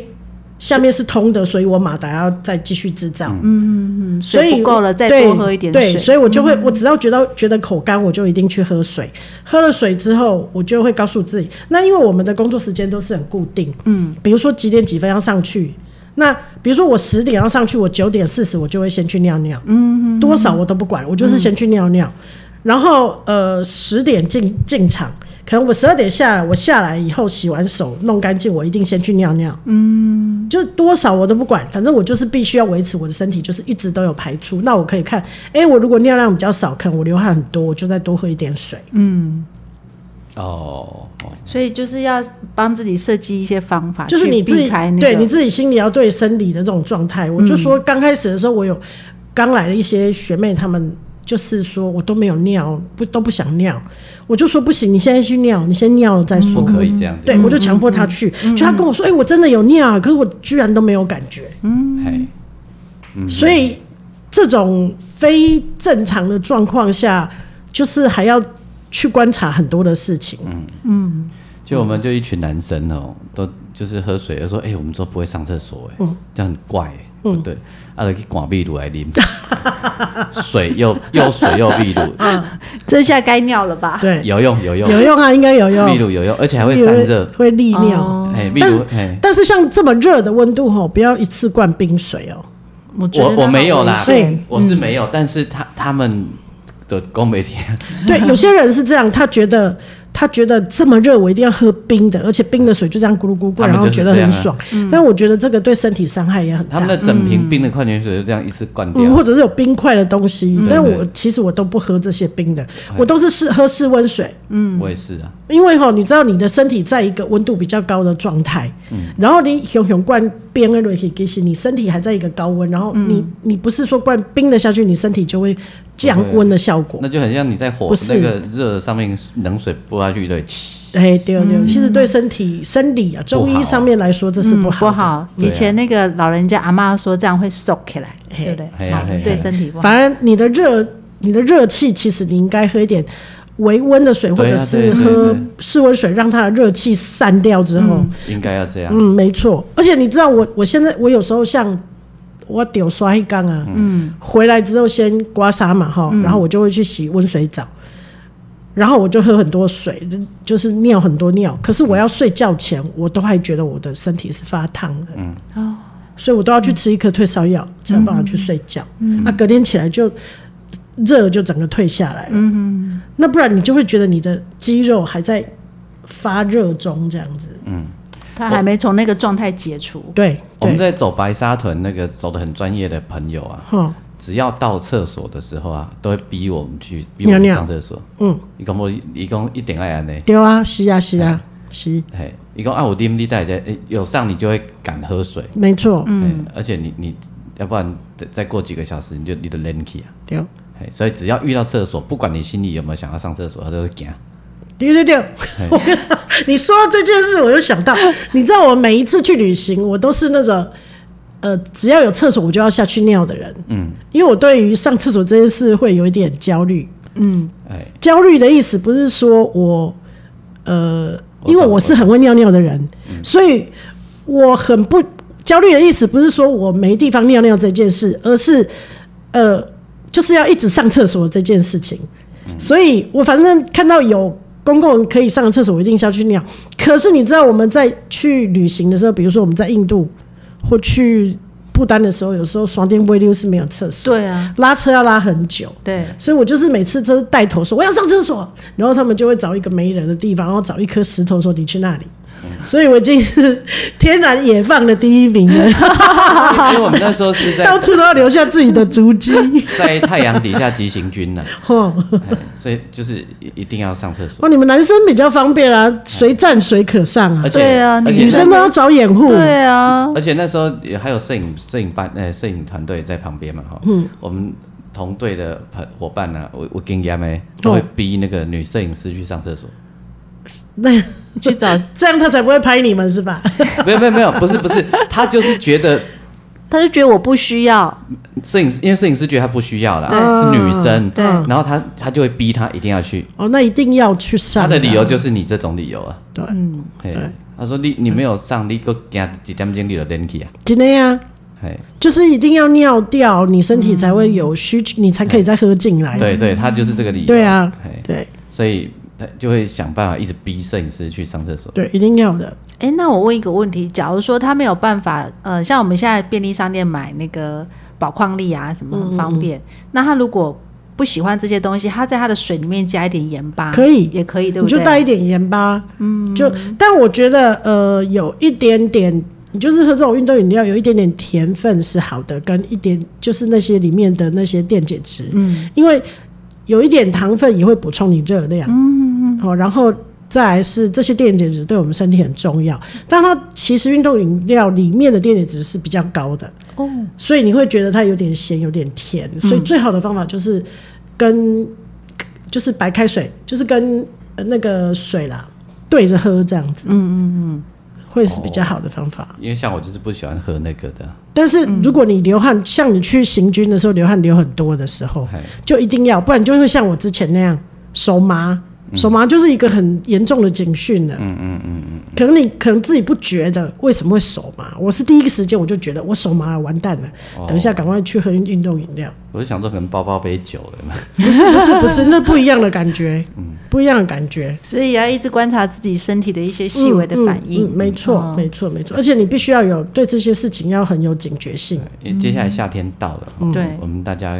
S2: 下面是通的，所以我马达要再继续制造。
S3: 嗯，
S2: 所
S3: 水
S2: 以
S3: 不够了，再
S2: 对
S3: 多喝一点
S2: 对，所
S3: 水。嗯
S2: 以我就会，我只要觉得觉得口干，我就一定去喝水。喝了水之后，我就会告诉自己，那因为我们的工作时间都是很固定，嗯，比如说几点几分要上去。那比如说我十点要上去，我九点四十我就会先去尿尿，嗯，多少我都不管，我
S3: 嗯
S2: 就是先去尿尿，然后呃十点进进场，可能我十二点下来，我下来以后洗完手弄干净，我一定先去尿尿，就多少我都不管，反正我就是必须要维持我的身体，就是一直都有排出。那我可以看，哎、我如果尿量比较少，可能我流汗很多，我就再多喝一点水。
S1: 哦，哦
S3: 嗯所以就是要帮自己设计一些方法，
S2: 就是你自
S3: 去啊避
S2: 己、
S3: 开那个
S2: 对你自己心里要对生理的这种状态。我就说刚开始的时候，我有刚来的一些学妹，她们就是说我都没有尿，不都不想尿，我就说不行，你现在去尿，你先尿了再说。
S1: 不可以嗯这样，
S2: 对，我就强迫她去，就她跟我说，哎、我真的有尿，可是我居然都没有感觉。
S1: 哎，
S2: 所以这种非正常的状况下，就是还要去观察很多的事情。
S1: 嗯就我们就一群男生哦，都就是喝水，就说哎、我们都不会上厕所哎，这样很怪哎，不对，啊，就去管壁炉来啉， 水又又水又壁炉，
S3: 这下该尿了吧？
S2: 对，
S1: 有用有用，
S2: 有用啊，应该有用。
S1: 秘鲁有用，而且还会
S2: 因为
S1: 散热，
S2: 会利尿。
S1: 哎，秘
S2: 但
S1: 鲁
S2: 是
S1: 哎，
S2: 但是像这么热的温度吼，不要一次灌冰水 哦。
S3: 我觉得
S1: 我我
S3: 好
S1: 没有啦
S3: 危险
S2: 对，
S1: 我是没有，但是他他们的工媒体，
S2: 对，有些人是这样，他觉得他觉得这么热，我一定要喝冰的，而且冰的水就这样咕噜咕噜灌，
S1: 他们
S2: 然后
S1: 就是
S2: 觉得
S1: 这样
S2: 很
S1: 啊
S2: 爽。但我觉得这个对身体伤害也很大。
S1: 他们的整瓶冰的矿泉水就这样一次灌掉嗯
S2: 嗯，，或者是有冰块的东西，但
S1: 对
S2: 我其实我都不喝这些冰的，我都是室喝室温水。
S1: 我也是啊，
S2: 因为哈，你知道你的身体在一个温度比较高的状态，
S1: 嗯
S2: 然后你熊熊灌冰的落去，其实你身体还在一个高温，然后你、
S1: 嗯
S2: 你不是说灌冰的下去，你身体就会降温的效果。
S1: 那就很像你在火
S2: 不是
S1: 那个热的上面冷水泼下去，对，起
S2: 哎，对对，其实对身体生理啊，中
S1: 嗯不好
S2: 医上面来说这是
S3: 嗯
S2: 不好的、
S3: 好。
S1: 对啊
S3: 以前那个老人家阿妈说这样会瘦起来，
S2: 嘿
S3: 对不对？
S1: 嘿啊
S3: 好
S1: 嘿啊
S3: 对身体不好。
S2: 反而你的热，你的热气，其实你应该喝一点微温的水，
S1: 对啊
S2: 或者是
S1: 对对
S2: 喝
S1: 对
S2: 室温水，让它的热气散掉之后，
S1: 应该要这样。
S2: 嗯，没错。而且你知道我，我现在我有时候像我丢刷一缸啊，嗯，回来之后先刮痧嘛哈，
S1: 嗯
S2: 然后我就会去洗温水澡，然后我就喝很多水，就是尿很多尿。可是我要睡觉前，我都还觉得我的身体是发烫的，嗯，
S3: 哦
S2: 所以我都要去吃一颗退烧药，才有办法去睡觉。嗯，啊，隔天起来就热就整个退下来了，嗯那不然你就会觉得你的肌肉还在发热中这样子，
S3: 他还没从那个状态解除，
S2: 对，
S1: 我们
S2: 对，
S1: 在走白沙屯那个走的很专业的朋友啊，
S2: 哈。
S1: 只要到厕所的时候啊，都会逼我们去，逼我们
S2: 尿尿
S1: 上厕所。
S2: 嗯，
S1: 伊讲我伊讲一定爱安尼，
S2: 对啊，是啊，是啊，是，
S1: 嘿，伊讲啊，我啉你带在，诶有上你就会敢喝水，
S2: 没错，
S1: 嗯，而且你你要不然再再过几个小时你就你的 lanky 啊，
S2: 对，
S1: 嘿，所以只要遇到厕所，不管你心里有没有想要上厕所，他都会惊。
S2: 对对对， 我跟你说到这件事，我就想到，你知道我每一次去旅行，我都是那种，呃，只要有厕所我就要下去尿的人，嗯，因为我对于上厕所这件事会有一点焦虑。
S1: 哎，
S2: 焦虑的意思不是说我，呃，
S1: 我懂
S2: 因为我是很会尿尿的人，所以我很不焦虑的意思不是说我没地方尿尿这件事，而是呃，就是要一直上厕所这件事情。所以我反正看到有公共可以上的厕所，我一定下去尿。可是你知道我们在去旅行的时候，比如说我们在印度或去不丹的时候，有时候双店卫溜是没有厕所，
S3: 对啊，
S2: 拉车要拉很久。
S3: 对，
S2: 所以我就是每次都是带头说我要上厕所，然后他们就会找一个没人的地方，然后找一颗石头说你去那里。所以我已经是天然野放的第一名 了，
S1: 因为我们那时候是在
S2: 到处都要留下自己的足迹。
S1: 在太阳底下急行军呢、
S2: 哦，
S1: 嘿所以就是一一定要上厕所，
S2: 哦，你们男生比较方便啊，随站随可上啊
S1: 而，且
S3: 对啊
S1: 而且
S2: 女生都要找掩护。
S3: 对啊，
S1: 而且那时候也还有摄影摄影班呃摄影团队在旁边嘛哈，我们同队的朋伙伴呢、我我跟亚梅都会逼那个女摄影师去上厕所，
S2: 那
S3: 去找
S2: 这样他才不会拍你们是吧？
S1: 没有没有没有，不是不是，他就是觉得
S3: 他就觉得我不需要，
S1: 摄影师，因为摄影师觉得他不需要啦，
S3: 对
S1: 是女生，
S3: 对
S1: 然后他他就会逼他一定要去，
S2: 哦，那一定要去上啊。
S1: 他的理由就是你这种理由啊，
S2: 对，
S1: 嘿，他说你你没有上，你个惊几点钟你就连去啊，
S2: 今天呀，
S1: 嘿，
S2: 就是一定要尿掉，你身体才会有需求，你才可以再喝进来。
S1: 对嗯对，他就是这个理由，
S2: 对啊
S1: 嘿，
S2: 对
S1: 所以他就会想办法一直逼摄影师去上厕所。
S2: 对，一定要的。
S3: 哎，那我问一个问题：假如说他没有办法，呃，像我们现在便利商店买那个宝矿力啊，什么很方便。那他如果不喜欢这些东西，他在他的水里面加一点盐巴，
S2: 可以
S3: 也可以，对不
S2: 你
S3: 对？
S2: 就带一点盐巴，嗯，就但我觉得呃有一点点，你就是喝这种运动饮料，有一点点甜分是好的，跟一点就是那些里面的那些电解质，嗯，因为有一点糖分也会补充你热量，嗯嗯，好、然后。再来是这些电解质对我们身体很重要，但它其实运动饮料里面的电解质是比较高的，
S3: 哦，
S2: 所以你会觉得它有点咸，有点甜。所以最好的方法就是跟就是白开水，就是跟呃那个水啦对着喝这样子。嗯嗯哦嗯，会是比较好的方法。
S1: 因为像我就是不喜欢喝那个的，
S2: 但是如果你流汗，像你去行军的时候流汗流很多的时候，
S1: 嘿
S2: 就一定要，不然你就会像我之前那样手麻。手麻就是一个很严重的警讯了。嗯嗯嗯嗯嗯。可能你可能自己不觉得为什么会手麻，我是第一个时间我就觉得我手麻了，完蛋了，等一下赶快去喝运动饮料。
S1: 我就想说可能包包杯酒了嘛，
S2: 不是不是不是，那不一样的感觉，不一样的感觉。
S3: 所以也要一直观察自己身体的一些细微的反
S2: 嗯嗯
S3: 应。
S2: 嗯没错
S3: 哦，
S2: 没错，没错。而且你必须要有对这些事情要很有警觉性。
S1: 因为接下来夏天到了，
S3: 嗯对
S1: 我们大家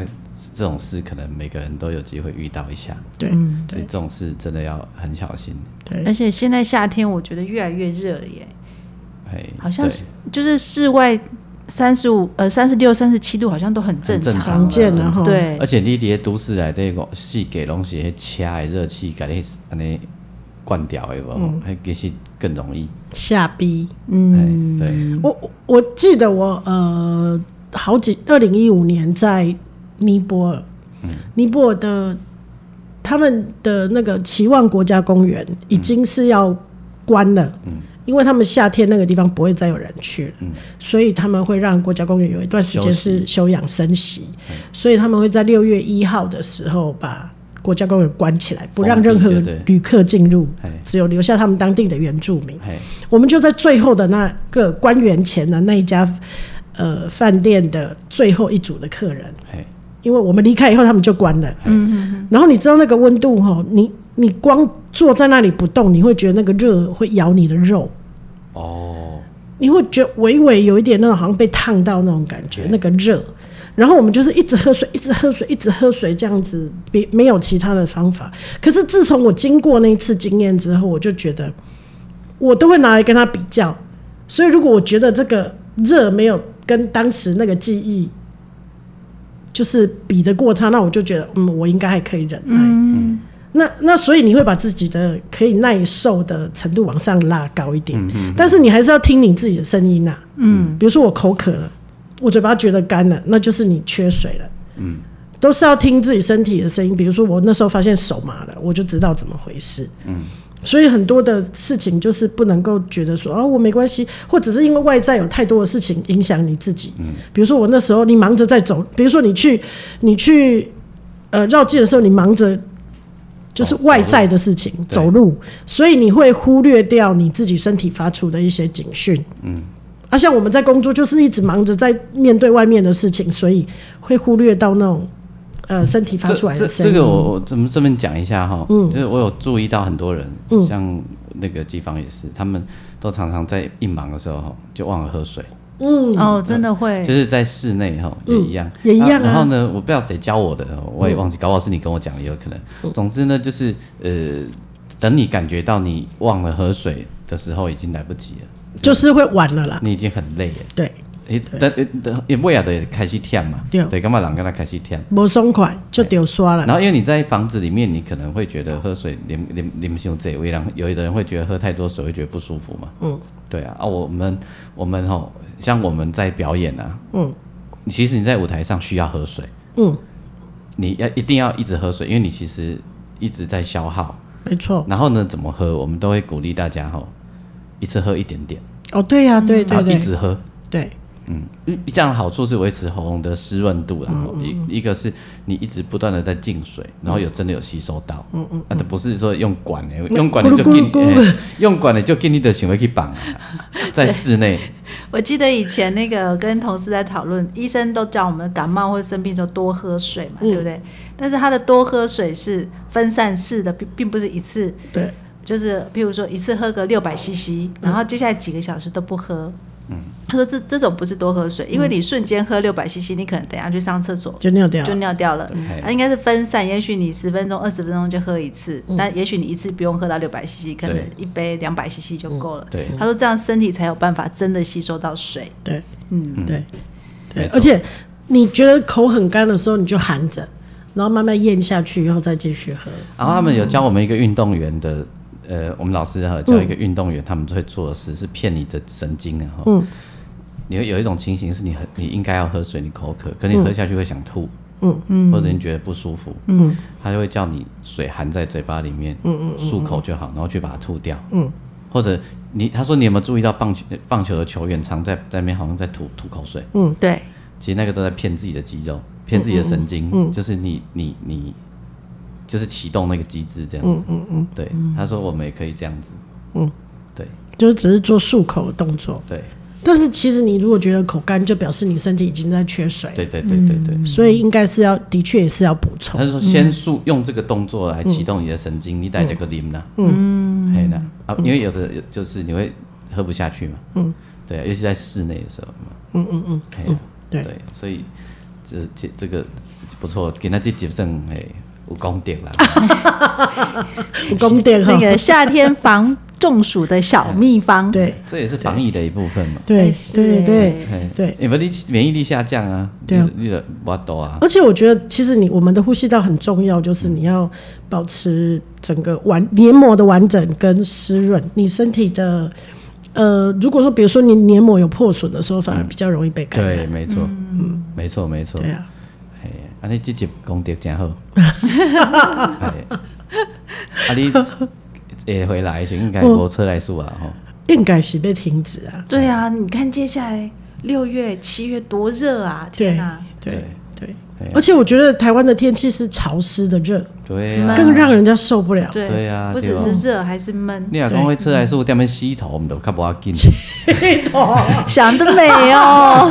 S1: 这种事可能每个人都有机会遇到一下，
S2: 对
S1: 所以这种事真的要很小心。
S2: 对，
S3: 而且现在夏天我觉得越来越热了耶，
S1: 嘿，
S3: 好像是就是室外三十五、呃三十六、三十七度好像都很正
S1: 很正常
S2: 常见
S1: 常
S2: 然后
S1: 对
S3: 对
S1: 而，且你伫都市内底个四给拢是迄车的热气，给你安尼灌掉的无，迄其实更容易。
S2: 下逼。
S1: 嗯，对，
S2: 我我我记得我呃好几二零一五年在尼泊尔，
S1: 嗯
S2: 尼泊尔的他们的那个奇望国家公园已经是要关了，
S1: 嗯
S2: 因为他们夏天那个地方不会再有人去了，所以他们会让国家公园有一段时间是休养生息，
S1: 嗯
S2: 所以他们会在六月一号的时候把。国家公园关起来，不让任何
S1: 封闭就对
S2: 旅客进入
S1: 哎，
S2: 只有留下他们当地的原住民。
S1: 嘿，
S2: 我们就在最后的那个官员前的那一家呃饭店的最后一组的客人，
S1: 嘿，
S2: 因为我们离开以后他们就关了。嗯
S1: 哎
S2: 嗯。然后你知道那个温度哈，你你光坐在那里不动，你会觉得那个热会咬你的肉，
S1: 哦，
S2: 你会觉得微微有一点那种好像被烫到那种感觉，那个热。然后我们就是一直喝水，一直喝水，一直喝水，这样子，别没有其他的方法。可是自从我经过那一次经验之后，我就觉得我都会拿来跟他比较。所以如果我觉得这个热没有跟当时那个记忆就是比得过他，那我就觉得，嗯，我应该还可以忍耐。
S3: 嗯，
S2: 那那所以你会把自己的可以耐受的程度往上拉高一点，但是你还是要听你自己的声音呐、嗯，比如说我口渴了，我嘴巴觉得干了，那就是你缺水了。嗯，都是要听自己身体的声音。比如说我那时候发现手麻了，我就知道怎么回事。嗯。所以很多的事情就是不能够觉得说啊，我没关系，或者是因为外在有太多的事情影响你自己。嗯，比如说我那时候你忙着在走，比如说你去你去呃绕境的时候，你忙着就是外在的事情、走
S1: 走路
S2: 路，所以你会忽略掉你自己身体发出的一些警讯。嗯，啊，像我们在工作就是一直忙着在面对外面的事情，所以会忽略到那种呃身体发
S1: 这
S2: 出来的
S1: 这
S2: 声音。
S1: 这个我我这么这么讲一下哈，就是我有注意到很多人，像那个季芳也是，他们都常常在一忙的时候哈，就忘了喝水，
S3: 哦，真的会
S1: 嗯就，是在室内哈也一样，
S2: 也一样啊
S1: 然后然后呢，我不知道谁教我的，我也忘记，搞不好是你跟我讲也有可能。总之呢，就是呃，等你感觉到你忘了喝水的时候，已经来不及了，
S2: 就是会晚了啦。
S1: 你已经很累了。
S2: 对，
S1: 诶，但诶但也不也得开始舔嘛，
S2: 对
S1: 对，干嘛人跟他开始舔？
S2: 没松快就丢刷 了
S1: 哎然。后因为你在房子里面，你可能会觉得喝水淋淋淋胸这一味，然后有的人会觉得喝太多水会觉得不舒服嘛。嗯，对啊，啊我们我们吼，像我们在表演啊，
S2: 嗯，
S1: 其实你在舞台上需要喝水，
S2: 嗯，
S1: 你要一定要一直喝水，因为你其实一直在消耗。
S2: 没错。
S1: 然后呢，怎么喝，我们都会鼓励大家吼，一次喝一点点，
S2: 哦，对呀、对
S1: 然
S2: 对
S1: 后嗯一
S2: 对，
S1: 直喝。
S2: 对
S1: 嗯这样的好处是维持喉咙的湿润度啦，然后一一个是你一直不断的在进水，然后有真的有吸收到，嗯嗯，啊，不是说用管的，用管的就
S2: 咕噜
S1: 进
S2: 咕噜咕噜，
S1: 嘿用管的就进你的行为去绑啊，在室内，
S3: 我记得以前那个跟同事在讨论，医生都叫我们感冒或生病就多喝水
S1: 嗯
S3: 嘛，对不对？但是他的多喝水是分散式的，并并不是一次
S2: 对，
S3: 就是譬如说一次喝个六百
S2: 嗯
S3: CC，然后接下来几个小时都不喝。他说这这种不是多喝水，因为你瞬间喝六百 CC，你可能等一下去上厕所
S2: 嗯就尿掉
S3: 就
S2: 了。
S3: 尿掉了。啊
S1: 嘿
S3: 它应该是分散，也许你十分钟、二十分钟就喝一次，
S2: 嗯
S3: 但也许你一次不用喝到六百 CC，可能
S1: 对
S3: 一杯两百 CC 就够
S2: 嗯
S3: 了。
S1: 对，
S3: 他说这样身体才有办法真的吸收到水。
S2: 对
S3: 嗯，
S2: 对对
S1: 没，错
S2: 而且你觉得口很干的时候，你就含着，然后慢慢咽下去，然后再继续喝。
S1: 然后他们有教我们一个运动员的，呃，我们老师哈教一个运动员他们会做的事是骗你的神经啊，嗯，你会有一种情形是你很你应该要喝水，你口渴，可你喝下去会想吐，
S2: 嗯
S1: 嗯，或者你觉得不舒服，嗯，他就会叫你水含在嘴巴里面，嗯嗯，漱口就好，然后去把它吐掉，嗯，或者你他说你有没有注意到棒球棒球的球员常在在那边好像在吐吐口水，
S2: 嗯
S3: 对，
S1: 其实那个都在骗自己的肌肉，骗自己的神
S2: 嗯
S1: 经，就是你你你，就是启动那个机制这样子。对，他说我们也可以这样子。
S2: 嗯
S1: 对
S2: 就只是做漱口的动作，
S1: 对
S2: 但是其实你如果觉得口干，就表示你身体已经在缺水，
S1: 对对对对
S3: 嗯
S1: 对。
S2: 所以应该是要，的确也是要补充
S1: 他。是说先速用这个动作来启动你的神经，你带这个啉啦，嗯，嘿啦啊，因为有的就是你会喝不下去嘛，嗯，对，尤其在室内的时候嘛，
S2: 嗯嗯嗯，
S1: 嘿啊，
S2: 对
S1: 对，所以这这这个不错，给他这节省嘿有功德 啦，
S2: 有供电哈
S3: 那，个夏天防中暑的小秘方。
S2: 对
S1: 这也是防疫的一部分嘛。
S2: 对
S3: 哎是
S2: 对
S3: 哎
S2: 对。
S1: 嘿
S2: 对
S1: 你们你免疫力下降啊，
S2: 对啊
S1: 你的我多啊，
S2: 而且我觉得，其实你我们的呼吸道很重要，就是你要保持整个完黏膜的完整跟湿润。你身体的呃，如果说比如说你黏膜有破损的时候，反而比较容易被感染。
S1: 对，没错，没错，没错
S2: 对，啊，
S1: 嘿，啊，你这集功德真 好，嘿啊，你会回来的时候应
S2: 哦
S1: 该无车来数啊，吼，
S2: 应该是被停止啊。
S3: 对啊，你看接下来六月、七月多热啊！天
S2: 对
S3: 啊，
S2: 对哎对
S1: 对啊，
S2: 而且我觉得台湾的天气是潮湿的热，
S1: 对啊，
S2: 更让人家受不了。
S3: 对
S1: 对啊
S3: 不
S1: 对
S3: 只
S1: 吧
S3: 是热，还是闷。
S1: 你若讲会车来数，踮边洗头，我们都较无要紧，
S3: 想得美哦，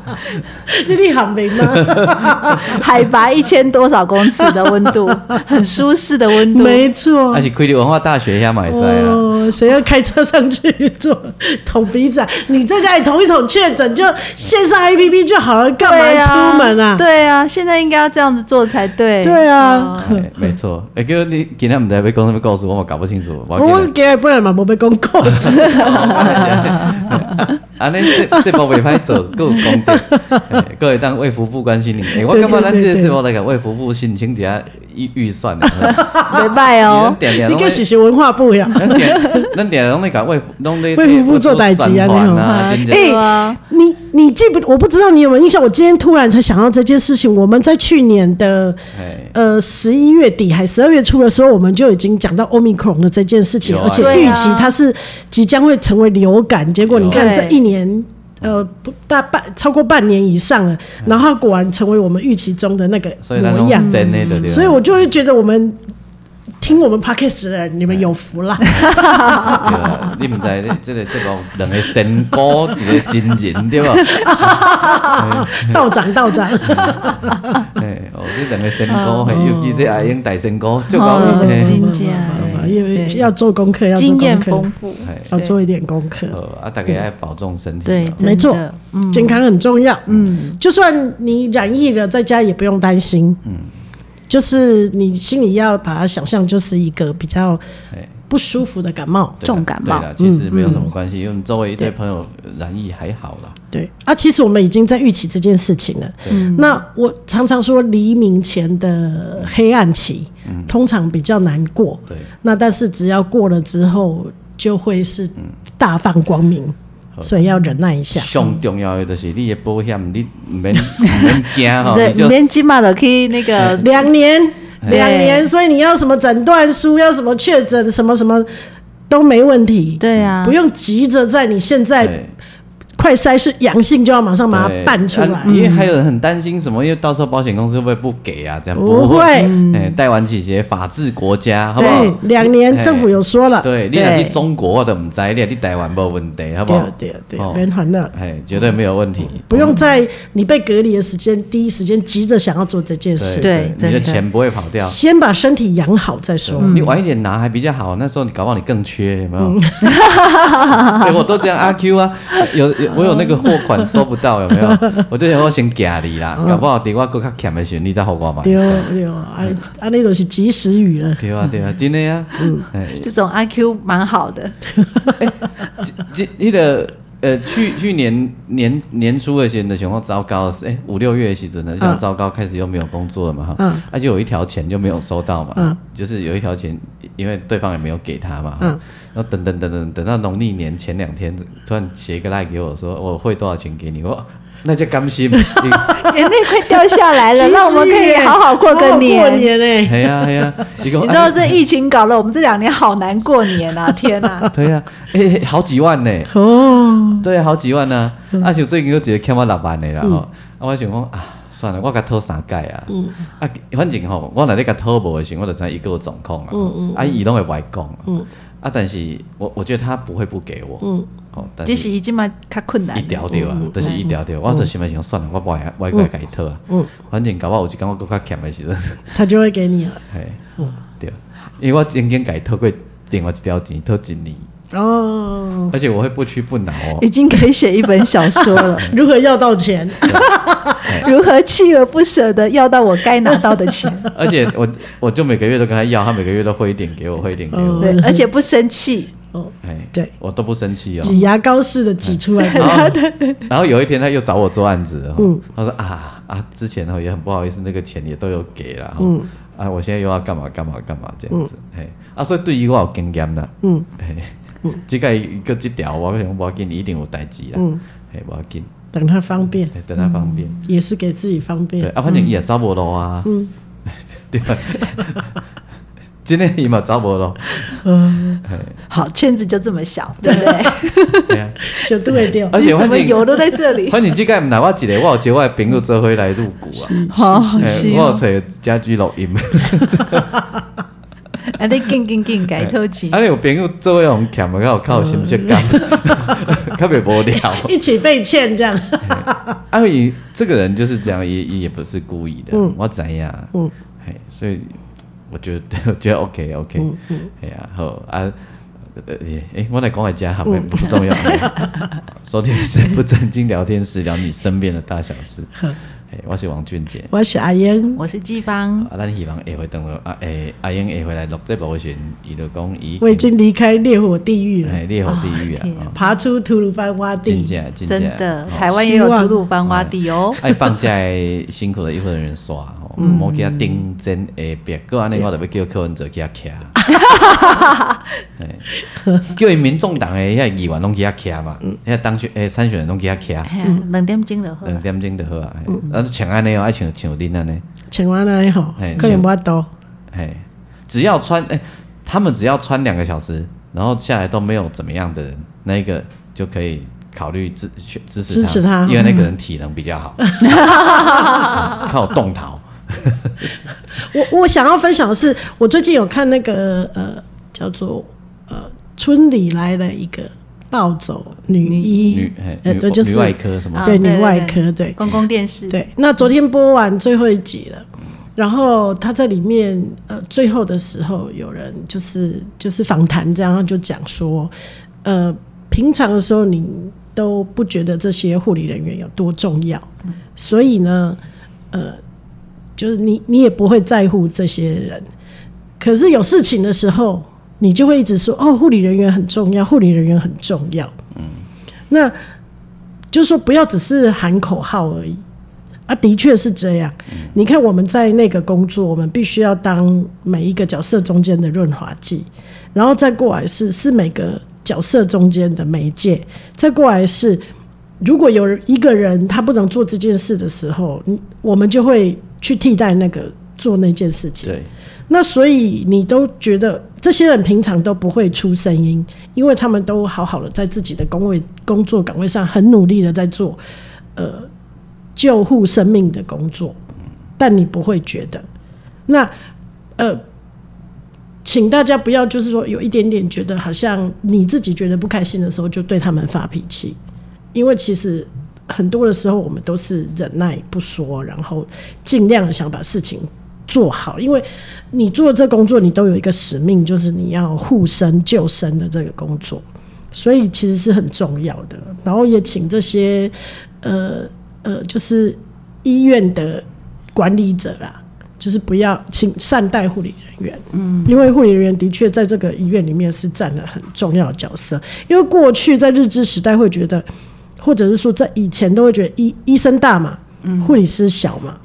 S2: 你 你喊没 吗？
S3: 海拔一千多少公尺的温度，很舒适的温度。
S2: 没错
S1: 啊还。是开伫文化大学遐买使啊，
S2: 哦，谁要开车上去做捅鼻子、啊？你在家里捅一捅确诊，就线上 APP 就好了，干嘛
S3: 对
S2: 出门啊？
S3: 对啊，现在应该要这样子做才对。
S2: 对啊
S3: 哦
S1: 哎没错，哎，哥，你今天唔知被公司被告诉我，我搞不清楚。我
S2: 我给不然嘛，无被讲
S1: 哦
S2: 故事。
S1: 啊，尼这这部袂歹做，够功德，哎各位当卫福部关心你。哎，我
S2: 对
S1: 感觉
S2: 对
S1: 咱
S2: 对
S1: 这个
S2: 对
S1: 节目来讲，卫福部申请一下预预算啊。
S3: 没拜哦。
S1: 点 点
S2: 你
S1: 拢
S2: 个是是文化部呀？
S1: 咱点咱点拢咧甲卫福，拢咧
S2: 卫福部做代志啊
S1: 宣传
S2: 那种
S1: 啊，真正
S2: 哎
S3: 对啊，
S2: 你你记不？我不知道你有没有印象。我今天突然才想到这件事情。我们在去年的
S1: 哎，
S2: 呃十一月底还十二月初的时候，我们就已经讲到欧米克的这件事情，
S1: 有啊
S2: 而且
S3: 对
S2: 预
S3: 啊
S2: 期它是即将会成为流感。结果你看
S3: 有
S2: 这一年。呃，不大半超过半年以上了，然后它果然成为我们预期中的那个
S1: 嗯所以咱
S2: 模
S1: 拢
S2: 样。
S1: 神的对了
S2: 所以我就会觉得我们听我们 podcast 的人，你们有福 啦。
S1: 对啊你毋知你这个节目两个神歌，一个真人对吧？
S2: 道长，道长，
S1: 哎，哦，这两个神歌，嘿尤其这阿英大神歌，就搞
S3: 哦
S1: 嘿
S3: 真正
S2: 因为
S3: 对
S2: 要做功课，要做
S3: 经验
S2: 功
S3: 丰
S2: 课，
S3: 富，
S1: 哎
S2: 要做一点功课。
S1: 好啊，大家爱保重身体。
S3: 对，
S1: 哦
S3: 真的
S2: 没错
S3: 嗯，
S2: 健康很重要。嗯，就算你染疫了，在家也不用担心。嗯，就是你心里要把它想象，就是一个比较
S1: 哎
S2: 不舒服的感冒。
S1: 对啦
S3: 重感冒
S1: 对啦，其实没有什么关系，因为我们周围一堆朋友染疫还好啦。
S2: 对啊，其实我们已经在预期这件事情了。
S3: 嗯
S2: 那我常常说，黎明前的黑暗期，通常比较难过。
S1: 嗯对，
S2: 那但是只要过了之后，就会是
S1: 嗯
S2: 大放光明，所以要忍耐一下。
S1: 上重要的就是你的保险，你唔免唔免 惊吼，
S3: 对，
S1: 哦你就
S3: 免起码了可以那个
S2: 两年，
S3: 哎
S2: 两年，所以你要什么诊断书，要什么确诊，什么什么都没问题，
S3: 对啊，
S2: 不用急着在你现在
S1: 对
S2: 快筛是阳性就要马上把
S1: 对
S2: 它办出
S1: 啊
S2: 来。
S1: 因为还有人很担心什么，因为到时候保险公司会不会不给啊？这样
S2: 不
S1: 会
S2: 会，
S1: 哎，带完起些法治国家，好不好
S2: 对？，嗯两年
S1: 哎
S2: 政府有说了，
S1: 对，你若
S3: 对
S1: 去中国我都唔知，你若去台湾没有问题，好不好
S2: 对？对对啊
S1: 哦，
S2: 别烦了。
S1: 哎，绝对没有问题。
S2: 不用在你被隔离的时间第一时间急着想要做这件
S1: 对
S2: 事，
S3: 对
S1: 你的
S3: 真的
S1: 钱不会跑掉。
S2: 先把身体养好再说。
S1: 你晚一点拿还比较好，那时候你搞不好你更缺，有没有？ 对我都这样阿 Q 啊，有有我有那个货款收不到，有没有？我就想我先假你啦，搞不好等我更较欠的时候，你再给我买。
S2: 对对，啊啊，那都是及时雨了。
S1: 对啊对啊，真的啊，哎，
S3: 这种 IQ 蛮好的，
S1: 这那个呃，去去年年年初的时候，想况糟糕，哎、五六月的时候呢，想糟糕，开始又没有工作了嘛哈，
S2: 嗯
S1: 而且有一条钱就没有收到嘛，
S2: 嗯
S1: 就是有一条钱，因为对方也没有给他嘛，哈
S2: 嗯
S1: 然后等等等等等到农历年前两天，突然写一个赖、给我说我汇多少钱给你，我哦那就甘心，
S3: 眼泪快哎掉下 来了，哎让我们可以好好过个
S2: 好好过
S3: 年。
S2: 年哎、
S1: 哎呀哎呀，你
S3: 你知道这疫情搞了我们这两年好难过年 啊！天啊，
S1: 对呀、哎、好几万呢、
S2: 哦，
S1: 对，好几万呢、啊。啊，像最近有一个欠我六万的啦吼、啊，我想讲啊，算了，我甲讨三届啊。啊，反正吼，我若咧甲讨无的时候，我就知道伊个有状况啊。啊，伊拢会外讲。嗯。啊，但是我我觉得他不会不给我。嗯。哦，但
S3: 只
S1: 是
S3: 是已经嘛较困难
S1: 一。条条
S2: 嗯
S1: 啊，就是一条条，我就想想算了，我不爱我过来甲伊讨啊。嗯。反正搞我有一工我更较欠的时阵，
S2: 他就会给你了。
S1: 嘿，对，因为我曾经甲伊讨过另外一条钱，讨一年，
S2: 哦，
S1: 而且我会不屈不挠哦。
S3: 已经可以写一本小说 了，
S2: 如何要到钱？
S3: 如何锲而不舍的要到我该拿到的 钱，
S1: 而且我我就每个月都跟他要，他每个月都汇一点给我，汇一点给我，
S3: 对，而且不生气，
S2: 哦，
S1: 哎，
S2: 对，
S1: 我都不生气哦。
S2: 挤牙膏似的挤出来。
S1: 然后，然后有一天他又找我做案子，哦，他说啊啊，之前哦也很不好意思，那个钱也都有给了，嗯，啊，我现在又要干嘛干嘛干嘛这样子，哎，啊，所以对于我有经验啦，嗯，哎，这个一个这条我想不要紧，你一定有代志啦，嗯，哎，不要紧，
S2: 等他方便，
S1: 哎等他方便，
S2: 也是给自己方
S1: 对，
S2: 便。
S1: 啊，反正伊也走无路啊，嗯， 对吧？真的伊嘛走无路，嗯
S3: 好，圈子就这么小，对不对？
S1: 对啊。
S2: 小度会掉，
S1: 而且
S3: 你怎
S1: 反
S3: 么油
S1: 正
S3: 都在这 里？
S1: 反正这个唔拿我一个，我有招我的朋友做伙来入股啊。
S3: 好，
S1: 嘿
S3: 是
S1: 我有
S3: 哦，
S1: 找家居录音，
S3: 啊，你紧紧紧改头钱
S1: 啊，，你有朋友做伙用欠的，较有较有心血
S3: 嗯
S1: 感，特别无聊。
S2: 一起被欠这样。
S1: 啊，伊这个人就是这样，也也也不是故意的，我知呀，嗯，所以我觉得 我觉得 OK OK，哎
S3: 嗯
S1: 呀，好啊，呃，诶、诶我来讲个家好没
S3: 嗯
S1: 不 重要，嘿收听的是不正经聊天室，聊你身边的大小事，嘿我是王俊杰。
S2: 我是阿英，
S3: 我是季芳，
S1: 啊，咱希望下回等我啊，诶，阿英下回来录这部的时候，伊就讲伊
S2: 我已经离开烈火地狱了，
S1: 哎烈火地狱
S3: 哦天啊
S1: 啊，哦
S2: 爬出吐鲁番洼地。
S1: 真正真
S3: 真
S1: 正
S3: 的，
S1: 哦
S3: 台湾也有
S2: 希望
S3: 吐鲁番洼地哦。
S1: 爱放假的辛苦的一份人刷吼，
S3: 嗯
S1: 莫给他顶真下别，个安尼我就要叫柯文哲给他徛。 嘿叫伊民众党的遐议员拢给他徛嘛，遐当选诶参选人拢给他徛，
S3: 嗯哎呀，两点钟就好嗯了
S1: 两点钟就好啊。嘿啊，穿安尼哦，爱穿像恁安尼，
S2: 请完了以后
S1: 哎，
S2: 可能不多。
S1: 嘿，只要穿诶，他们只要穿两个小时，然后下来都没有怎么样的人，那一个就可以考虑支去支持
S2: 支持他嗯
S1: 因为那个人体能比较好， 靠动逃。
S2: 我我想要分享的是，我最近有看那个呃叫做呃村里来了一个暴走女医
S1: 女，嘿
S2: 呃
S1: 女
S2: 对，就是
S1: 女外科什么
S3: 啊
S2: 对
S3: 对
S2: 女
S3: 对
S2: 外科，对
S3: 公共电视，
S2: 对。那昨天播完最后一集了。然后他在里面，呃，最后的时候有人就是就是访谈这样，然后就讲说，呃，平常的时候你都不觉得这些护理人员有多重要，所以呢，呃，就是你你也不会在乎这些人，可是有事情的时候，你就会一直说哦，护理人员很重要，护理人员很重要。嗯，那就说不要只是喊口号而已啊，的确是这样。你看我们在那个工作，我们必须要当每一个角色中间的润滑剂，然后再过来是是每个角色中间的媒介，再过来是。如果有一个人他不能做这件事的时候，你我们就会去替代那个做那件事情。
S1: 对，
S2: 那所以你都觉得这些人平常都不会出声音，因为他们都好好的在自己的工位工作岗位上很努力的在做，呃，救护生命的工作，但你不会觉得。那呃，请大家不要就是说有一点点觉得好像你自己觉得不开心的时候就对他们发脾气，因为其实。很多的时候，我们都是忍耐不说，然后尽量地想把事情做好，因为你做这工作，你都有一个使命，就是你要护生救生的这个工作，所以其实是很重要的。然后也请这些呃呃，就是医院的管理者啦，就是不要请善待护理人员，嗯，因为护理人员的确在这个医院里面是占了很重要的角色，因为过去在日治时代会觉得，或者是说在以前都会觉得医医生大嘛，护理师小嘛。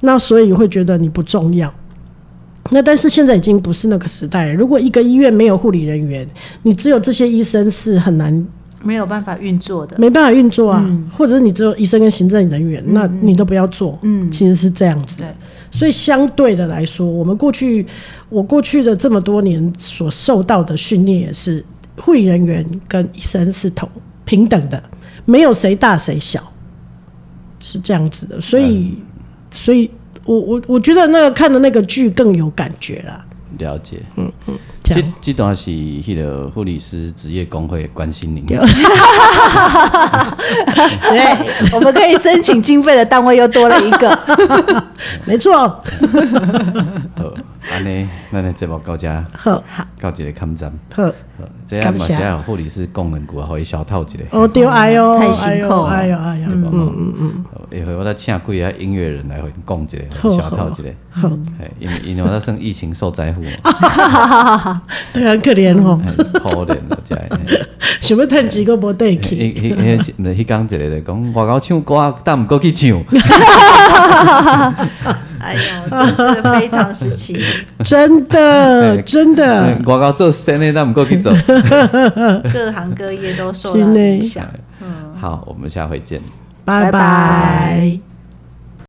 S2: 那所以会觉得你不重要，那但是现在已经不是那个时代了。如果一个医院没有护理人员，你只有这些医生是很难
S3: 没有办法运作的。
S2: 没办法运作啊，或者是你只有医生跟行政人员，那你都不要做。
S3: 嗯
S2: 其实是这样子。
S3: 对，
S2: 所以相对的来说，我们过去我过去的这么多年所受到的训练也是，护理人员跟医生是同平等的，没有谁大谁小，是这样子的。所以，
S3: 嗯
S2: 所以我我我觉得那个看的那个剧更有感觉啦。
S1: 了解。
S2: 嗯这
S1: 这
S2: 样
S1: 这段是迄个护理师职业工会关心您，
S3: 对， 我们可以申请经费的单位又多了一个。
S2: 没错，
S1: 好，安尼，咱的节目到这，
S2: 好
S1: 到一个抗战，
S2: 好，
S1: 好这样
S2: 感
S1: 嘛
S2: 谢
S1: 是要有护理师功能股啊，可以小透一个。
S2: 哦丢哎呦，
S3: 太辛苦了
S2: 哎呦哎呦哎呦，
S1: 嗯嗯嗯，好下回我再请几个音乐人来跟讲一
S2: 好
S1: 个，小透一个，
S2: 好，
S1: 嘿因为因为我算疫情受灾户嘛，
S2: 对，很可怜哦，
S1: 嘿可怜我这的。嘿
S2: 想要趁几个无得去。
S1: 迄迄迄是迄讲一个就讲，我搞唱歌，但毋过去
S2: 哦
S1: 唱，
S3: 哎呦，真是非常时期。
S2: 真 的，真的，
S1: 我搞做生的，但毋过去做。
S3: 各行各业都受到影响。嗯
S1: 好，我们下回见。
S2: 拜拜
S3: 拜拜。